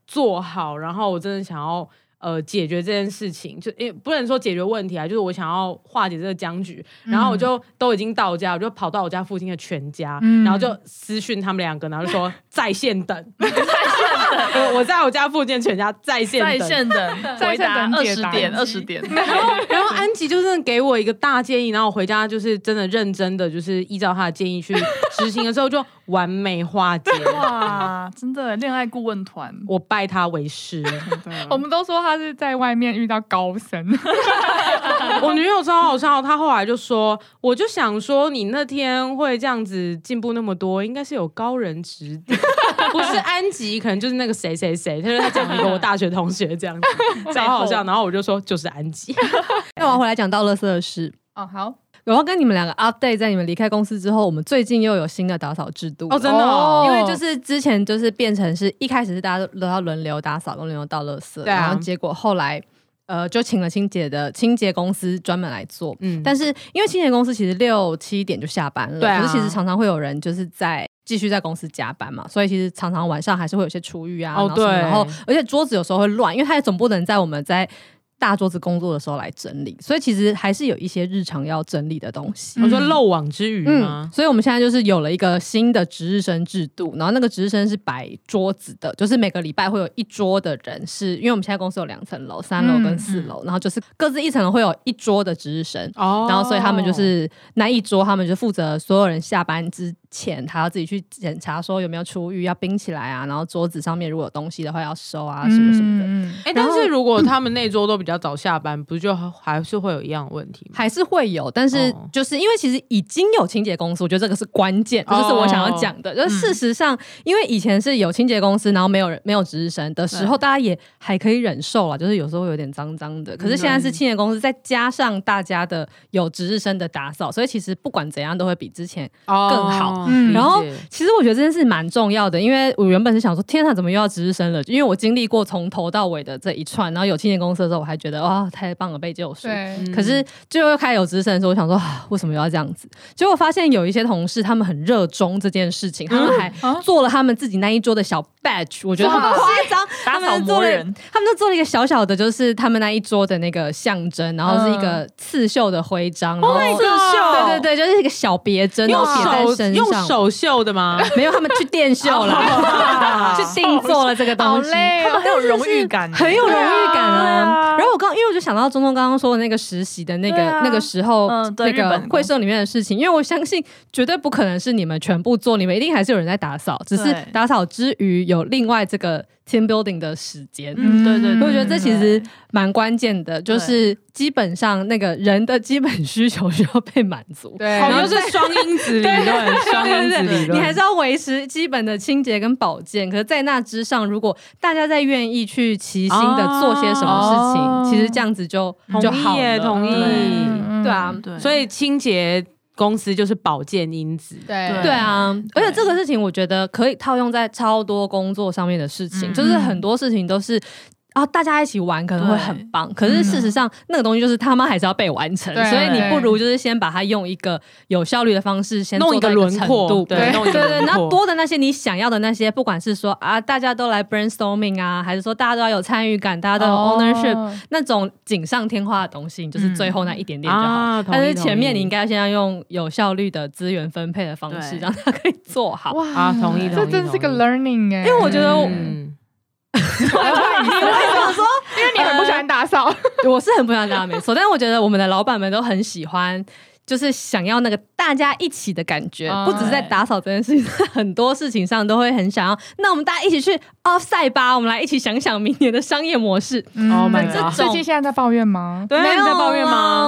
Speaker 3: 做好，然后我真的想要。呃，解决这件事情，就也不能说解决问题啊，就是我想要化解这个僵局，然后我就都已经到家，我就跑到我家附近的全家，然后就私讯他们两个，然后就说 [laughs] 在线等， [laughs] 在线等，我我在我家附近的全家在线
Speaker 5: 在
Speaker 3: 等，
Speaker 5: 线等
Speaker 2: 在
Speaker 5: 回
Speaker 2: 线
Speaker 5: 答
Speaker 2: 等
Speaker 5: 二
Speaker 2: 解
Speaker 5: 十
Speaker 2: 答
Speaker 5: 点，二十点。
Speaker 3: [laughs] 然后安吉就真的给我一个大建议，然后我回家就是真的认真的，就是依照他的建议去执行的时候，就完美化解。
Speaker 5: 哇，真的恋爱顾问团，
Speaker 3: 我拜他为师。
Speaker 2: 我们都说他是在外面遇到高僧，
Speaker 3: 我女友超好笑，她后来就说：“我就想说，你那天会这样子进步那么多，应该是有高人指 [laughs] 点，不是安吉，可能就是那个谁谁谁。”她说她讲了一个我大学同学这样子，超好笑。然后我就说：“就是安吉。
Speaker 4: [laughs] 那我要回来讲到乐色的事。
Speaker 2: 哦，好，
Speaker 4: 我要跟你们两个 update，在你们离开公司之后，我们最近又有新的打扫制度”了
Speaker 3: 哦，真的、哦。
Speaker 4: 因为就是之前就是变成是一开始是大家都要轮流打扫跟轮流倒垃圾，
Speaker 3: 对啊
Speaker 4: 然后结果后来呃就请了清洁的清洁公司专门来做。
Speaker 3: 嗯
Speaker 4: 但是因为清洁公司其实六七点就下班了，
Speaker 3: 对啊
Speaker 4: 可是其实常常会有人就是在继续在公司加班嘛，所以其实常常晚上还是会有些厨余啊，
Speaker 3: 哦
Speaker 4: 然后什么
Speaker 3: 对
Speaker 4: 然后而且桌子有时候会乱，因为他也总不能在我们在。大桌子工作的时候来整理，所以其实还是有一些日常要整理的东西。嗯
Speaker 3: 我说漏网之鱼嗯吗？
Speaker 4: 所以我们现在就是有了一个新的值日生制度，然后那个值日生是摆桌子的，就是每个礼拜会有一桌的人是，因为我们现在公司有两层楼，三楼
Speaker 3: 嗯
Speaker 4: 跟四楼，然后就是各自一层楼会有一桌的值日生。
Speaker 3: 哦
Speaker 4: 然后，所以他们就是那一桌，他们就负责所有人下班之前，他要自己去检查说有没有厨余要冰起来啊，然后桌子上面如果有东西的话要收啊，什么什么的。
Speaker 2: 嗯，
Speaker 3: 哎、但是如果他们那桌都比较早下班，不就还是会有一样的问题吗？
Speaker 4: 还是会有，但是
Speaker 3: 哦
Speaker 4: 就是因为其实已经有清洁公司，我觉得这个是关键，这
Speaker 3: 哦嗯
Speaker 4: 就是我想要讲的。就是事实上，因为以前是有清洁公司，然后没有人没有值日生的时候，大家也还可以忍受啦，就是有时候会有点脏脏
Speaker 3: 嗯
Speaker 4: 的。可是现在是清洁公司，再加上大家的有值日生的打扫，所以其实不管怎样都会比之前
Speaker 3: 哦
Speaker 4: 更好
Speaker 3: 嗯
Speaker 4: 然后
Speaker 3: 理解
Speaker 4: 其实我觉得这件事蛮重要的，因为我原本是想说，天哪，啊怎么又要值日生了？因为我经历过从头到尾的这一串，然后有青年公司的时候，我还觉得哇，太棒了，被救赎。
Speaker 2: 对，
Speaker 4: 可是就又开始有值日生的时候，我想说、啊为什么又要这样子？结果发现有一些同事他们很热衷这件事情，他们还做了他们自己那一桌的小 batch，我觉得好夸张，他
Speaker 5: 打扫
Speaker 4: 们
Speaker 5: 魔
Speaker 4: 做了
Speaker 5: 人，
Speaker 4: 他们就做了一个小小的，就是他们那一桌的那个象征，然后是一个刺绣的徽章，然后刺绣，对对对，就是一个小别针，然后别在
Speaker 3: 用手
Speaker 4: 身上，
Speaker 3: 用手绣的吗？
Speaker 4: [laughs] 没有，他们去电秀
Speaker 5: [laughs] 哦
Speaker 4: 啦，去定做了这个东西，
Speaker 5: 他们很哦有荣誉感，
Speaker 4: 很有荣誉感啊。然后我刚，因为我就想到钟钟刚刚说的那个实习的那个、
Speaker 5: 对啊
Speaker 4: 那个时候，
Speaker 5: 嗯对
Speaker 4: 那
Speaker 5: 日
Speaker 4: 个
Speaker 5: 本
Speaker 4: 会社里面的事情，因为我相信绝对不可能是你们全部做，你们一定还是有人在打扫，只是
Speaker 5: 对
Speaker 4: 打扫之余有另外这个 team building 的时间。
Speaker 5: 嗯，对对，对
Speaker 4: 我觉得这其实
Speaker 5: 对
Speaker 4: 蛮关键的，就是基本上那个人的基本需求需要被满足。
Speaker 2: 对，
Speaker 3: 然后就是双因子理论，双因子理论，
Speaker 4: 你还是要维持基本的清洁跟保健。可是，在那之上，如果大家再愿意去齐心的做些什么事情，
Speaker 3: 哦
Speaker 4: 其实这样子就
Speaker 3: 同
Speaker 4: 就
Speaker 3: 意
Speaker 4: 好
Speaker 3: 耶，
Speaker 4: 了。
Speaker 3: 同意。
Speaker 4: 对啊，
Speaker 5: 对，
Speaker 3: 嗯所以清洁公司就是保健因子，
Speaker 2: 对
Speaker 5: 对
Speaker 4: 对啊，而且这个事情我觉得可以套用在超多工作上面的事情，
Speaker 5: 嗯
Speaker 4: 就是很多事情都是。啊，大家一起玩可能会很棒，可是事实上、那个东西就是他妈还是要被完成，
Speaker 2: 对
Speaker 4: 所以你不如就是先把它用一个有效率的方式先
Speaker 3: 弄一
Speaker 4: 做
Speaker 3: 个
Speaker 4: 到
Speaker 3: 轮
Speaker 4: 程
Speaker 3: 廓
Speaker 4: 度，
Speaker 3: 对，弄一个
Speaker 4: 对对，
Speaker 3: 轮
Speaker 4: 然后
Speaker 3: 廓。
Speaker 4: 多的那些你想要的那些，不管是说啊，大家都来 brainstorming 啊，还是说大家都要有参与感，大家都有 ownership，、
Speaker 2: 哦
Speaker 4: 那种锦上添花的东西，你就是最后那一点点就好。
Speaker 3: 啊同意
Speaker 4: 但是前面
Speaker 3: 同意
Speaker 4: 你应该先要用有效率的资源分配的方式，
Speaker 5: 对
Speaker 4: 让它可以做好。
Speaker 2: 哇
Speaker 3: 啊同意同意
Speaker 2: 这真是个 learning 哎，因
Speaker 4: 因为我觉得我，
Speaker 3: 嗯，
Speaker 2: 因为你很不喜欢打扫，
Speaker 4: [laughs] 我是很不想大家没错，但是我觉得我们的老板们都很喜欢，就是想要那个大家一起的感觉，
Speaker 2: 嗯
Speaker 4: 不只是在打扫这件事情，在很多事情上都会很想要。那我们大家一起去 off 赛吧，我们来一起想想明年的商业模式。
Speaker 3: Oh my
Speaker 2: 这
Speaker 3: god
Speaker 2: 最近现在在抱怨吗？
Speaker 3: 对啊，你在抱怨吗？
Speaker 4: 吗？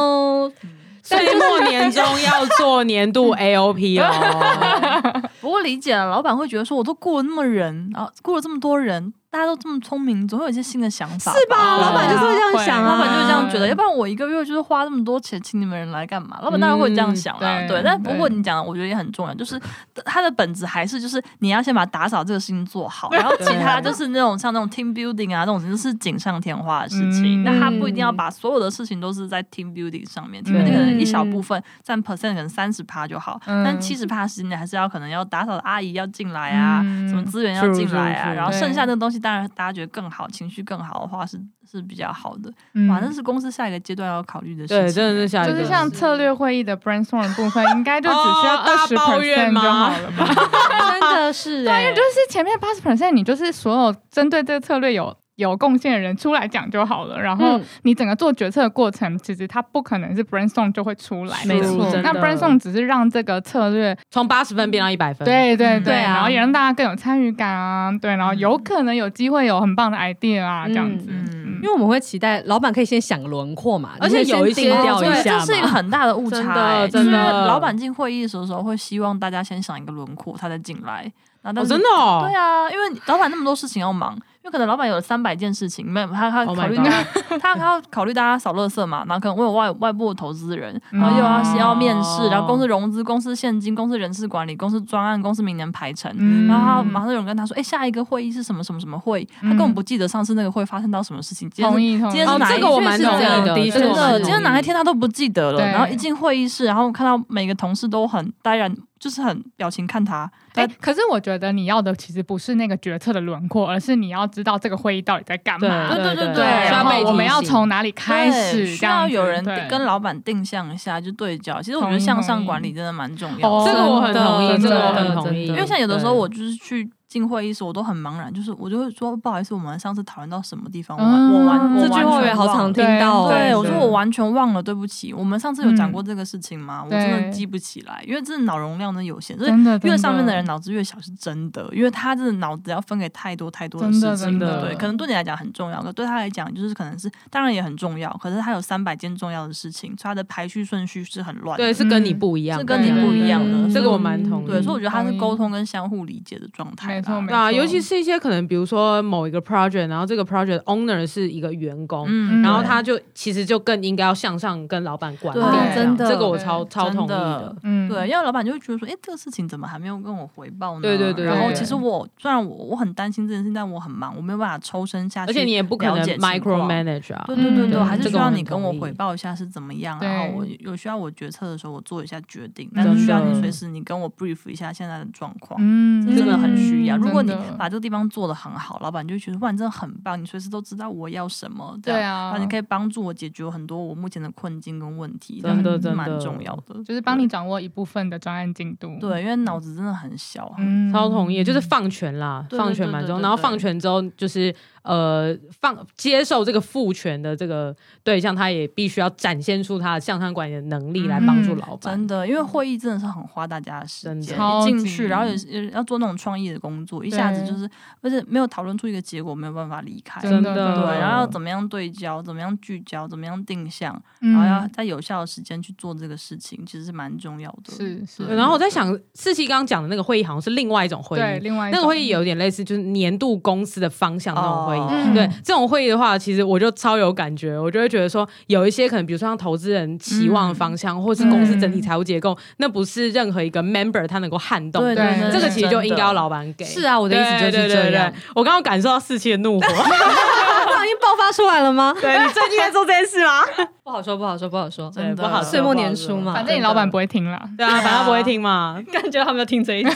Speaker 4: 嗯 [laughs]
Speaker 3: 岁末年终要做年度 AOP 哦，
Speaker 5: 不过理解了，老板会觉得说，我都雇了那么人，然后雇了这么多人，大家都这么聪明，总会有一些新的想法，
Speaker 3: 是吧？
Speaker 2: 哦
Speaker 3: 老板就是会这样想啊，
Speaker 5: 老板就是这样觉得，
Speaker 2: 嗯
Speaker 5: 要不然我一个月就是花那么多钱请你们人来干嘛？老板当然会这样想啦，
Speaker 2: 嗯对
Speaker 5: 对。但不过
Speaker 2: 对
Speaker 5: 你讲的，我觉得也很重要，就是它的本质还是就是你要先把打扫这个事情做好，然后其他就是那种像那种 team building 啊，那种就是锦上添花的事情。
Speaker 2: 嗯
Speaker 5: 那他不一定要把所有的事情都是在 team building 上面，team
Speaker 2: 对
Speaker 5: building 可能一小部分占 percent 可能三十趴就好，
Speaker 2: 嗯
Speaker 5: 但七十趴时间你还是要可能要打扫的阿姨要进来啊，
Speaker 2: 嗯
Speaker 5: 什么资源要进来
Speaker 3: 是是
Speaker 5: 啊，
Speaker 3: 是
Speaker 5: 然后
Speaker 2: 对
Speaker 5: 剩下那个东西当然大家觉得更好，情绪更好的话是是比较好的。
Speaker 2: 嗯
Speaker 5: 哇，那是公司下一个阶段要考虑的事情。
Speaker 3: 对，真的是下一
Speaker 2: 就
Speaker 3: 个，
Speaker 2: 是像策略会议的 brainstorm 的部分，应该就只需要
Speaker 3: 哦
Speaker 2: 二
Speaker 3: 大
Speaker 2: 十
Speaker 3: 抱
Speaker 2: percent
Speaker 3: 怨
Speaker 2: 就
Speaker 3: 吗
Speaker 2: 好了吧？
Speaker 8: 真的
Speaker 3: [laughs]
Speaker 8: 是哎、
Speaker 2: 因为就是前面八十 percent，你就是所有针对这个策略有有贡献的人出来讲就好了。然后
Speaker 4: 嗯
Speaker 2: 你整个做决策的过程，其实它不可能是 brainstorm 就会出来的。
Speaker 3: 没错真
Speaker 2: 那
Speaker 3: 的
Speaker 2: brainstorm 只是让这个策略，
Speaker 3: 从八十分变到一百分，，
Speaker 2: 对对
Speaker 5: 嗯
Speaker 2: 对，
Speaker 5: 对
Speaker 3: 啊
Speaker 2: 然后也让大家更有参与感啊，对，然后
Speaker 3: 嗯
Speaker 2: 有可能有机会有很棒的 idea 啊，这样子。
Speaker 5: 嗯
Speaker 4: 因为我们会期待老板可以先想轮廓嘛，
Speaker 3: 而且
Speaker 4: 你可以先
Speaker 3: 有一些
Speaker 4: 定调
Speaker 5: 哦对
Speaker 4: 一下
Speaker 5: 这是一个
Speaker 4: 嘛。
Speaker 5: 很大的误差、欸，
Speaker 3: 真的真的
Speaker 5: 就是老板进会议的时候，会希望大家先想一个轮廓，他再进来。那但
Speaker 3: 哦，
Speaker 5: 是、
Speaker 3: 真的哦，
Speaker 5: 对啊，因为你老板那么多事情要忙，因为可能老板有三百件事情，没有他他
Speaker 3: Oh my
Speaker 5: 考虑
Speaker 3: God
Speaker 5: 大家， [laughs] 他他要考虑大家扫垃圾嘛，然后可能我有外外部的投资人，
Speaker 3: 嗯
Speaker 5: 然后又要先要面
Speaker 3: 哦
Speaker 5: 试，然后公司融资、公司现金、公司人事管理、公司专案、公司明年排程，
Speaker 2: 嗯
Speaker 5: 然后他马上有人跟他说，哎、下一个会议是什么什么什么会议，他根本不记得上次那个会发生到什么事情，今天
Speaker 2: 同
Speaker 5: 是
Speaker 2: 意同
Speaker 5: 今
Speaker 2: 意
Speaker 5: 天。是
Speaker 3: 哦，
Speaker 5: 哪一
Speaker 3: 这个我
Speaker 5: 天
Speaker 3: 蛮
Speaker 5: 是
Speaker 3: 嗯同意
Speaker 5: 这样
Speaker 3: 的，的确
Speaker 5: 真
Speaker 3: 我蛮
Speaker 5: 的，
Speaker 3: 同意
Speaker 5: 今天哪一天他都不记得了。
Speaker 2: 对
Speaker 5: 然后一进会议室，然后看到每个同事都很呆然，就是很表情看他。
Speaker 2: 哎、可是我觉得你要的其实不是那个决策的轮廓，而是你要知道这个会议到底在干
Speaker 3: 对
Speaker 2: 嘛。
Speaker 5: 对对
Speaker 3: 对需
Speaker 2: 然
Speaker 3: 要被
Speaker 2: 后我们
Speaker 3: 提
Speaker 2: 要
Speaker 3: 醒
Speaker 2: 从哪里开始？
Speaker 5: 对需
Speaker 2: 这样
Speaker 5: 要
Speaker 2: 子
Speaker 5: 有人
Speaker 2: 对
Speaker 5: 跟老板定向一下，就对焦。其实我觉
Speaker 2: 同
Speaker 5: 得
Speaker 2: 意
Speaker 5: 向
Speaker 2: 同
Speaker 5: 上
Speaker 2: 意
Speaker 5: 管理真的蛮重
Speaker 2: 哦
Speaker 5: 要的。
Speaker 3: 这个我很同意，
Speaker 2: 真的
Speaker 3: 这个我很
Speaker 2: 真的
Speaker 3: 同
Speaker 8: 真
Speaker 3: 意，
Speaker 8: 的
Speaker 5: 因为像有的时候我就是去进会议室，我都很茫然，就是我就会说不好意思，我们上次讨论到什么地方，我完我完
Speaker 2: 嗯
Speaker 5: 我
Speaker 4: 这句话
Speaker 5: 完
Speaker 4: 我
Speaker 5: 全
Speaker 4: 也好
Speaker 5: 忘了
Speaker 4: 常听
Speaker 2: 对
Speaker 4: 到哦，
Speaker 5: 对，
Speaker 2: 是嗯
Speaker 5: 我说我完全忘了，对不起，我们上次有讲过这个事情吗？我真
Speaker 2: 对
Speaker 5: 的记不起来，因为真的脑容量真的有限，就是
Speaker 2: 真的
Speaker 5: 越上面的人
Speaker 2: 真
Speaker 5: 脑子越小是真的，因为他真的脑子要分给太多太多的
Speaker 2: 真的
Speaker 5: 事
Speaker 2: 真
Speaker 5: 情
Speaker 2: 的
Speaker 5: 了，对，可能对你来讲很重要，可对他来讲就是可能是当然也很重要，可是他有三百件重要的事情，所以他的排序顺序是很乱的，
Speaker 3: 嗯对，是跟你不一样的，
Speaker 5: 是跟你
Speaker 2: 对
Speaker 5: 不一样
Speaker 2: 对
Speaker 5: 的，
Speaker 3: 这个我蛮同意，
Speaker 4: 嗯
Speaker 5: 对，所以我觉得他
Speaker 2: 同
Speaker 5: 是
Speaker 2: 意
Speaker 5: 沟通跟相互理解的状态啦，
Speaker 2: 没错没
Speaker 3: 对啊，
Speaker 2: 错
Speaker 3: 尤其是一些可能，比如说某一个 project，然后这个 project owner 是一个员工，
Speaker 5: 嗯，
Speaker 3: 然后
Speaker 5: 对
Speaker 3: 他就其实就更应该要向上跟老板管理
Speaker 5: 对
Speaker 3: 这样，
Speaker 2: 真
Speaker 3: 这个我
Speaker 2: 对
Speaker 3: 超超
Speaker 5: 真
Speaker 3: 同意
Speaker 5: 的
Speaker 3: 的。
Speaker 2: 嗯
Speaker 5: 对，因为老板就会觉得说，哎、这个事情怎么还没有跟我回报呢？
Speaker 3: 对对对
Speaker 5: 然后
Speaker 2: 对
Speaker 5: 其实我虽然我我很担心这件事，但我很忙，我没有办法抽身下去。
Speaker 3: 而且你也不可能
Speaker 5: 了解情况
Speaker 3: micro manage 啊，
Speaker 5: 对对对对，
Speaker 2: 嗯
Speaker 5: 还是
Speaker 2: 这
Speaker 5: 需
Speaker 3: 个我
Speaker 5: 要
Speaker 3: 很
Speaker 5: 你跟我
Speaker 3: 同意
Speaker 5: 回报一下是怎么样，
Speaker 2: 对
Speaker 5: 然后我有需要我决策的时候，我做一下决定，
Speaker 2: 真
Speaker 5: 但
Speaker 2: 的
Speaker 5: 是需要你随时你跟我 brief 一下现在的状况。
Speaker 2: 嗯，
Speaker 5: 真的很需要。
Speaker 2: 嗯
Speaker 5: 如果你
Speaker 2: 真的
Speaker 5: 把这个地方做得很好，老板就会觉得哇，你真的很棒，你随时都知道我要什么，这
Speaker 2: 对
Speaker 5: 样，
Speaker 2: 啊
Speaker 5: 然后你可以帮助我解决很多我目前的困境跟问题，
Speaker 3: 真的
Speaker 5: 这样
Speaker 3: 真的
Speaker 5: 蛮重要的，
Speaker 2: 就是帮你掌握一部分的专案进度。
Speaker 5: 对，因为脑子真的很小，
Speaker 2: 嗯，
Speaker 3: 超同意，就是放权啦，
Speaker 5: 对对
Speaker 3: 放权蛮重要。
Speaker 5: 对对对
Speaker 3: 然后放权之后，就是呃，放接受这个赋权的这个对象，他也必须要展现出他的向上管理的能力来帮助老板。
Speaker 5: 嗯真的，因为会议真的是很花大家的时
Speaker 3: 真的
Speaker 5: 间，
Speaker 2: 超
Speaker 5: 一进
Speaker 2: 级
Speaker 5: 去，然后也是要做那种创意的工作，一下子
Speaker 2: 对
Speaker 5: 就是，而且没有讨论出一个结果，没有办法离开。
Speaker 2: 真的
Speaker 5: 对，
Speaker 2: 真的
Speaker 5: 然后要怎么样对焦，怎么样聚焦，怎么样定向，
Speaker 2: 嗯，
Speaker 5: 然后要在有效的时间去做这个事情，其实是蛮重要的。
Speaker 2: 是是
Speaker 3: 对然后我在想，四七刚刚讲的那个会议好像是另外一种会
Speaker 2: 对
Speaker 3: 议，
Speaker 2: 另外一
Speaker 3: 那个
Speaker 2: 种
Speaker 3: 会议有点类似就是年度公司的方向那种会议。
Speaker 2: 嗯
Speaker 5: 哦
Speaker 3: 对这种会议的话，其实我就超有感觉，我就会觉得说，有一些可能，比如说像投资人期望的方向，或是公司整
Speaker 2: 嗯
Speaker 3: 体财务结构，那不是任何一个 member 他能够撼动的。
Speaker 5: 对
Speaker 2: 对
Speaker 5: 对，
Speaker 3: 这个
Speaker 2: 对
Speaker 3: 其实就应该要
Speaker 5: 老。
Speaker 3: 老板给。
Speaker 8: 是啊，我
Speaker 3: 我
Speaker 8: 的意思就是这
Speaker 4: [laughs]
Speaker 8: 样。
Speaker 3: 我刚刚感受到四期的怒火，
Speaker 4: 啊不小心爆发出来了吗？
Speaker 3: 对你最近在做这件事 [laughs] 吗？
Speaker 8: 不好说，不好说，不好说。
Speaker 5: 真的
Speaker 3: 不好说
Speaker 4: 岁末年初嘛
Speaker 2: 反正你老板不会听啦，
Speaker 3: 对啊，反正不会
Speaker 2: [laughs]
Speaker 3: 听嘛。
Speaker 8: 感 [laughs] 觉他们要听这一集，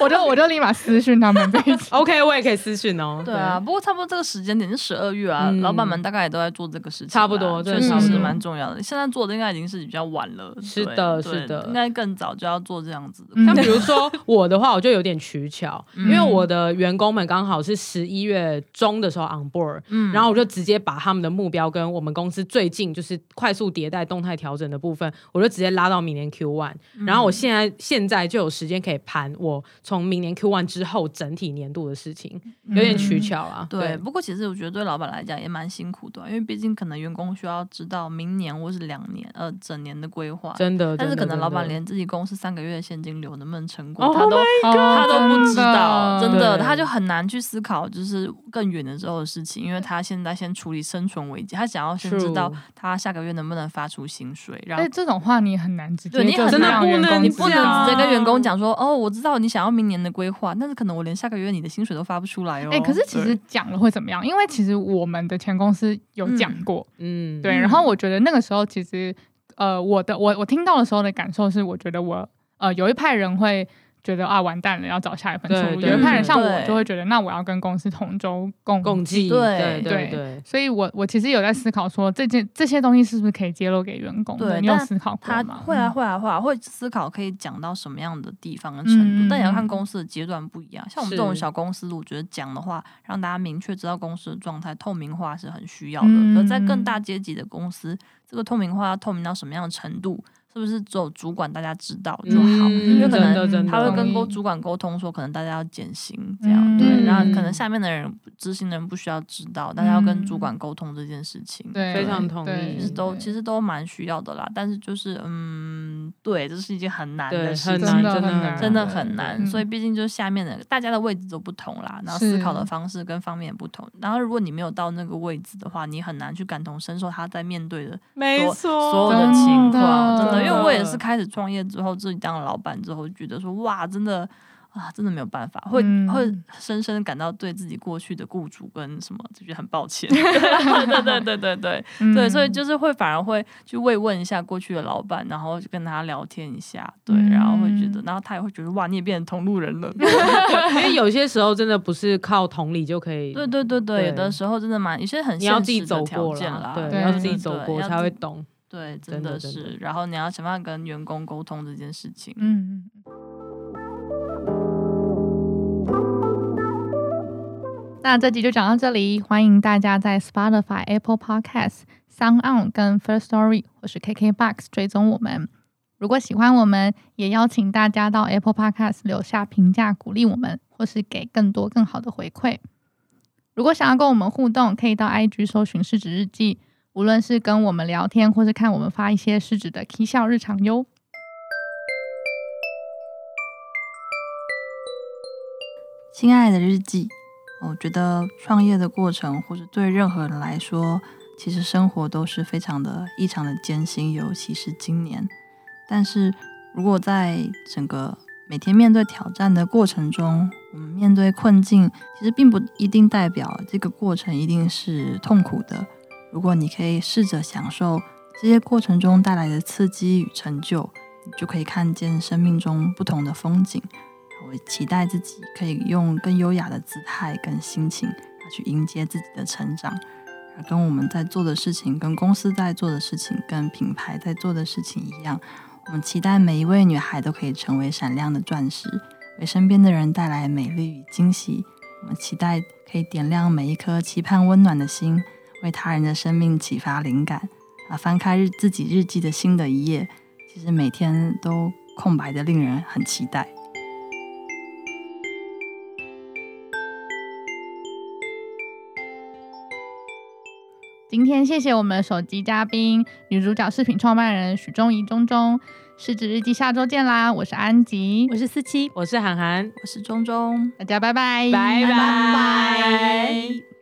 Speaker 2: 我就我就立马私讯他们。
Speaker 3: OK，我也可以私讯哦。
Speaker 5: 对啊，，不过差不多这个时间点是十二月啊，
Speaker 3: 嗯
Speaker 5: 老板们大概也都在做这个事情啊啦，
Speaker 3: 差不多真的
Speaker 5: 确实
Speaker 3: 差不
Speaker 5: 是
Speaker 3: 多
Speaker 5: 蛮重要的。现在做的应该已经是比较晚了，
Speaker 3: 是
Speaker 5: 对
Speaker 3: 的
Speaker 5: 对
Speaker 3: 是的
Speaker 5: 应该更早就要做这样子
Speaker 3: [laughs]
Speaker 5: 的。
Speaker 3: 像比
Speaker 5: [laughs]
Speaker 3: 如说我的话，我就有点取巧，因为
Speaker 5: 嗯
Speaker 3: 我的员工们刚好是十一月中的时候 on board，
Speaker 5: 嗯
Speaker 3: 然后我就直接把他们的目标跟我们公司最近就是快速迭代、动态调整的部分，我就直接拉到明年 Q one，、然
Speaker 5: 嗯
Speaker 3: 后我现在现在就有时间可以盘我从明年 Q one 之后整体年度的事情，有点取巧啊。
Speaker 5: 嗯对，不过其实我觉得对老板来讲也蛮辛苦的啊，因为毕竟可能员工需要知道明年或是两年呃整年的规划，
Speaker 3: 真的，
Speaker 5: 但是
Speaker 3: 真的
Speaker 5: 可能老板。
Speaker 3: 真的
Speaker 5: 连自己公司三个月的现金流能不能成果
Speaker 3: Oh
Speaker 5: 他都 [laughs] 他都不知道，真的，
Speaker 3: 对
Speaker 5: 他就很难去思考就是更远的时候的事情，因为他现在先处理生存危机，他想要先知道
Speaker 3: True 哎
Speaker 5: 他下个月能不能发出薪水，然后
Speaker 2: 但哎这种话你很难直接
Speaker 5: 对你
Speaker 2: 就
Speaker 5: 很
Speaker 2: 是
Speaker 5: 难
Speaker 2: 让
Speaker 5: 不
Speaker 2: 员
Speaker 3: 能
Speaker 2: 工
Speaker 5: 你
Speaker 2: 知
Speaker 5: 不能
Speaker 2: 道
Speaker 5: 直接跟员工讲说，哦，我知道你想要明年的规划，但是可能我连下个月你的薪水都发不出来哦。
Speaker 2: 哎、可是其实讲了会怎么样？因为其实我们的前公司有讲
Speaker 5: 嗯
Speaker 2: 过，
Speaker 3: 嗯，
Speaker 2: 对，然后我觉得那个时候其实，呃，我的我我听到的时候的感受是，我觉得我呃有一派人会觉得啊完蛋了，要找下一份
Speaker 3: 对
Speaker 2: 出路；
Speaker 3: 对
Speaker 2: 有一派人
Speaker 5: 对
Speaker 2: 像我
Speaker 5: 对
Speaker 2: 就会觉得，那我要跟公司同舟共
Speaker 3: 共济，对
Speaker 5: 对
Speaker 2: 对
Speaker 3: 对，
Speaker 2: 所以我我其实有在思考说，这件这些东西是不是可以揭露给员工的？
Speaker 5: 对
Speaker 2: 你有
Speaker 5: 但
Speaker 2: 思考过
Speaker 5: 他
Speaker 2: 吗？嗯
Speaker 5: 会啊会啊会啊，会思考可以讲到什么样的地方跟程度，
Speaker 2: 嗯
Speaker 5: 但也要看公司的阶段不一样。像我们这种
Speaker 3: 是
Speaker 5: 小公司，我觉得讲的话，让大家明确知道公司的状态，透明化是很需要的。
Speaker 2: 嗯
Speaker 5: 而在更大阶级的公司，这个透明化要透明到什么样的程度，是不是只有主管大家知道就好？
Speaker 3: 嗯
Speaker 5: 因为可能
Speaker 3: 真的真的
Speaker 5: 他会跟沟
Speaker 2: 同意
Speaker 5: 主管沟通说，可能大家要减薪这样，
Speaker 2: 嗯
Speaker 5: 对，然后可能
Speaker 3: 嗯
Speaker 5: 下面的人执行的人不需要知道，大家要跟主
Speaker 2: 嗯
Speaker 5: 管沟通这件事情，
Speaker 2: 对，
Speaker 3: 非常同
Speaker 2: 嗯对
Speaker 3: 意
Speaker 5: 其实都
Speaker 2: 对
Speaker 5: 其实都蛮需要的啦，但是就是嗯，对，这是一件很难
Speaker 3: 对
Speaker 5: 的事
Speaker 3: 很
Speaker 5: 情，
Speaker 3: 难，
Speaker 2: 真的
Speaker 3: 真的
Speaker 2: 很难
Speaker 5: 真的
Speaker 2: 对
Speaker 5: 很难。
Speaker 2: 对嗯
Speaker 5: 所以毕竟就是下面的大家的位置都不同啦，然后
Speaker 2: 是
Speaker 5: 思考的方式跟方面也不同。然后如果你没有到那个位置的话，你很难去感同身受他在面对的
Speaker 3: 没
Speaker 5: 所
Speaker 3: 错，
Speaker 5: 所有
Speaker 2: 真
Speaker 5: 的情况。
Speaker 2: 的
Speaker 5: 真的，因为我也
Speaker 3: 真的
Speaker 5: 是开始创业之后，自己当了老板之后，觉得说哇，真的。啊，真的没有办法，会、
Speaker 2: 嗯
Speaker 5: 会深深地感到对自己过去的雇主跟什么，就觉得很
Speaker 2: [laughs]
Speaker 5: 抱歉。对对对对对，对，所以
Speaker 2: 嗯
Speaker 5: 就是会反而会去慰问一下过去的老板，然后就跟他聊天一下，对，然后会觉
Speaker 3: 嗯
Speaker 5: 得，然后他也会觉得哇，你也变成同路人
Speaker 3: [laughs]
Speaker 5: 了。
Speaker 3: 因为有些时候真的不是靠同理就可以，
Speaker 5: 对对对对，有
Speaker 3: 对
Speaker 5: 的时候真的蛮，有些很
Speaker 3: 你要
Speaker 5: 现
Speaker 3: 自己
Speaker 5: 实的
Speaker 3: 走
Speaker 5: 条
Speaker 3: 过
Speaker 5: 件
Speaker 3: 啦，
Speaker 5: 对
Speaker 3: 你要
Speaker 2: 对
Speaker 3: 自己
Speaker 5: 对
Speaker 3: 走
Speaker 5: 对
Speaker 3: 过
Speaker 5: 要
Speaker 3: 才
Speaker 5: 自
Speaker 3: 会懂。
Speaker 5: 对，
Speaker 3: 真
Speaker 5: 真
Speaker 3: 的
Speaker 5: 的
Speaker 3: 真的
Speaker 5: 是，然后你要想办法跟员工沟通这件事情。
Speaker 2: 嗯。嗯那这集就讲到这里，欢迎大家在 Spotify、Apple Podcasts、Sound On 跟 First Story 或是 KKBox 追踪我们。如果喜欢我们，也邀请大家到 Apple Podcast 留下评价鼓励我们，或是给更多更好的回馈。如果想要跟我们互动，可以到 IG 搜寻市值日记，无论是跟我们聊天，或是看我们发一些市值的 K 笑日常哟。
Speaker 5: 亲爱的日记，我觉得创业的过程，或者对任何人来说，其实生活都是非常的异常的艰辛，尤其是今年。但是如果在整个每天面对挑战的过程中，我们面对困境，其实并不一定代表这个过程一定是痛苦的。如果你可以试着享受这些过程中带来的刺激与成就，你就可以看见生命中不同的风景。我期待自己可以用更优雅的姿态跟心情去迎接自己的成长，而跟我们在做的事情、跟公司在做的事情、跟品牌在做的事情一样，我们期待每一位女孩都可以成为闪亮的钻石，为身边的人带来美丽与惊喜。我们期待可以点亮每一颗期盼温暖的心，为他人的生命启发灵感。啊，翻开日自己日记的新的一页，其实每天都空白的，令人很期待。
Speaker 2: 今天谢谢我们的首集嘉宾女主角饰品创办人许钟怡钟钟，失职日记下周见啦！我是安吉，
Speaker 4: 我是思琪，
Speaker 3: 我是涵涵，
Speaker 5: 我是钟钟，
Speaker 2: 大家拜拜，
Speaker 3: 拜拜。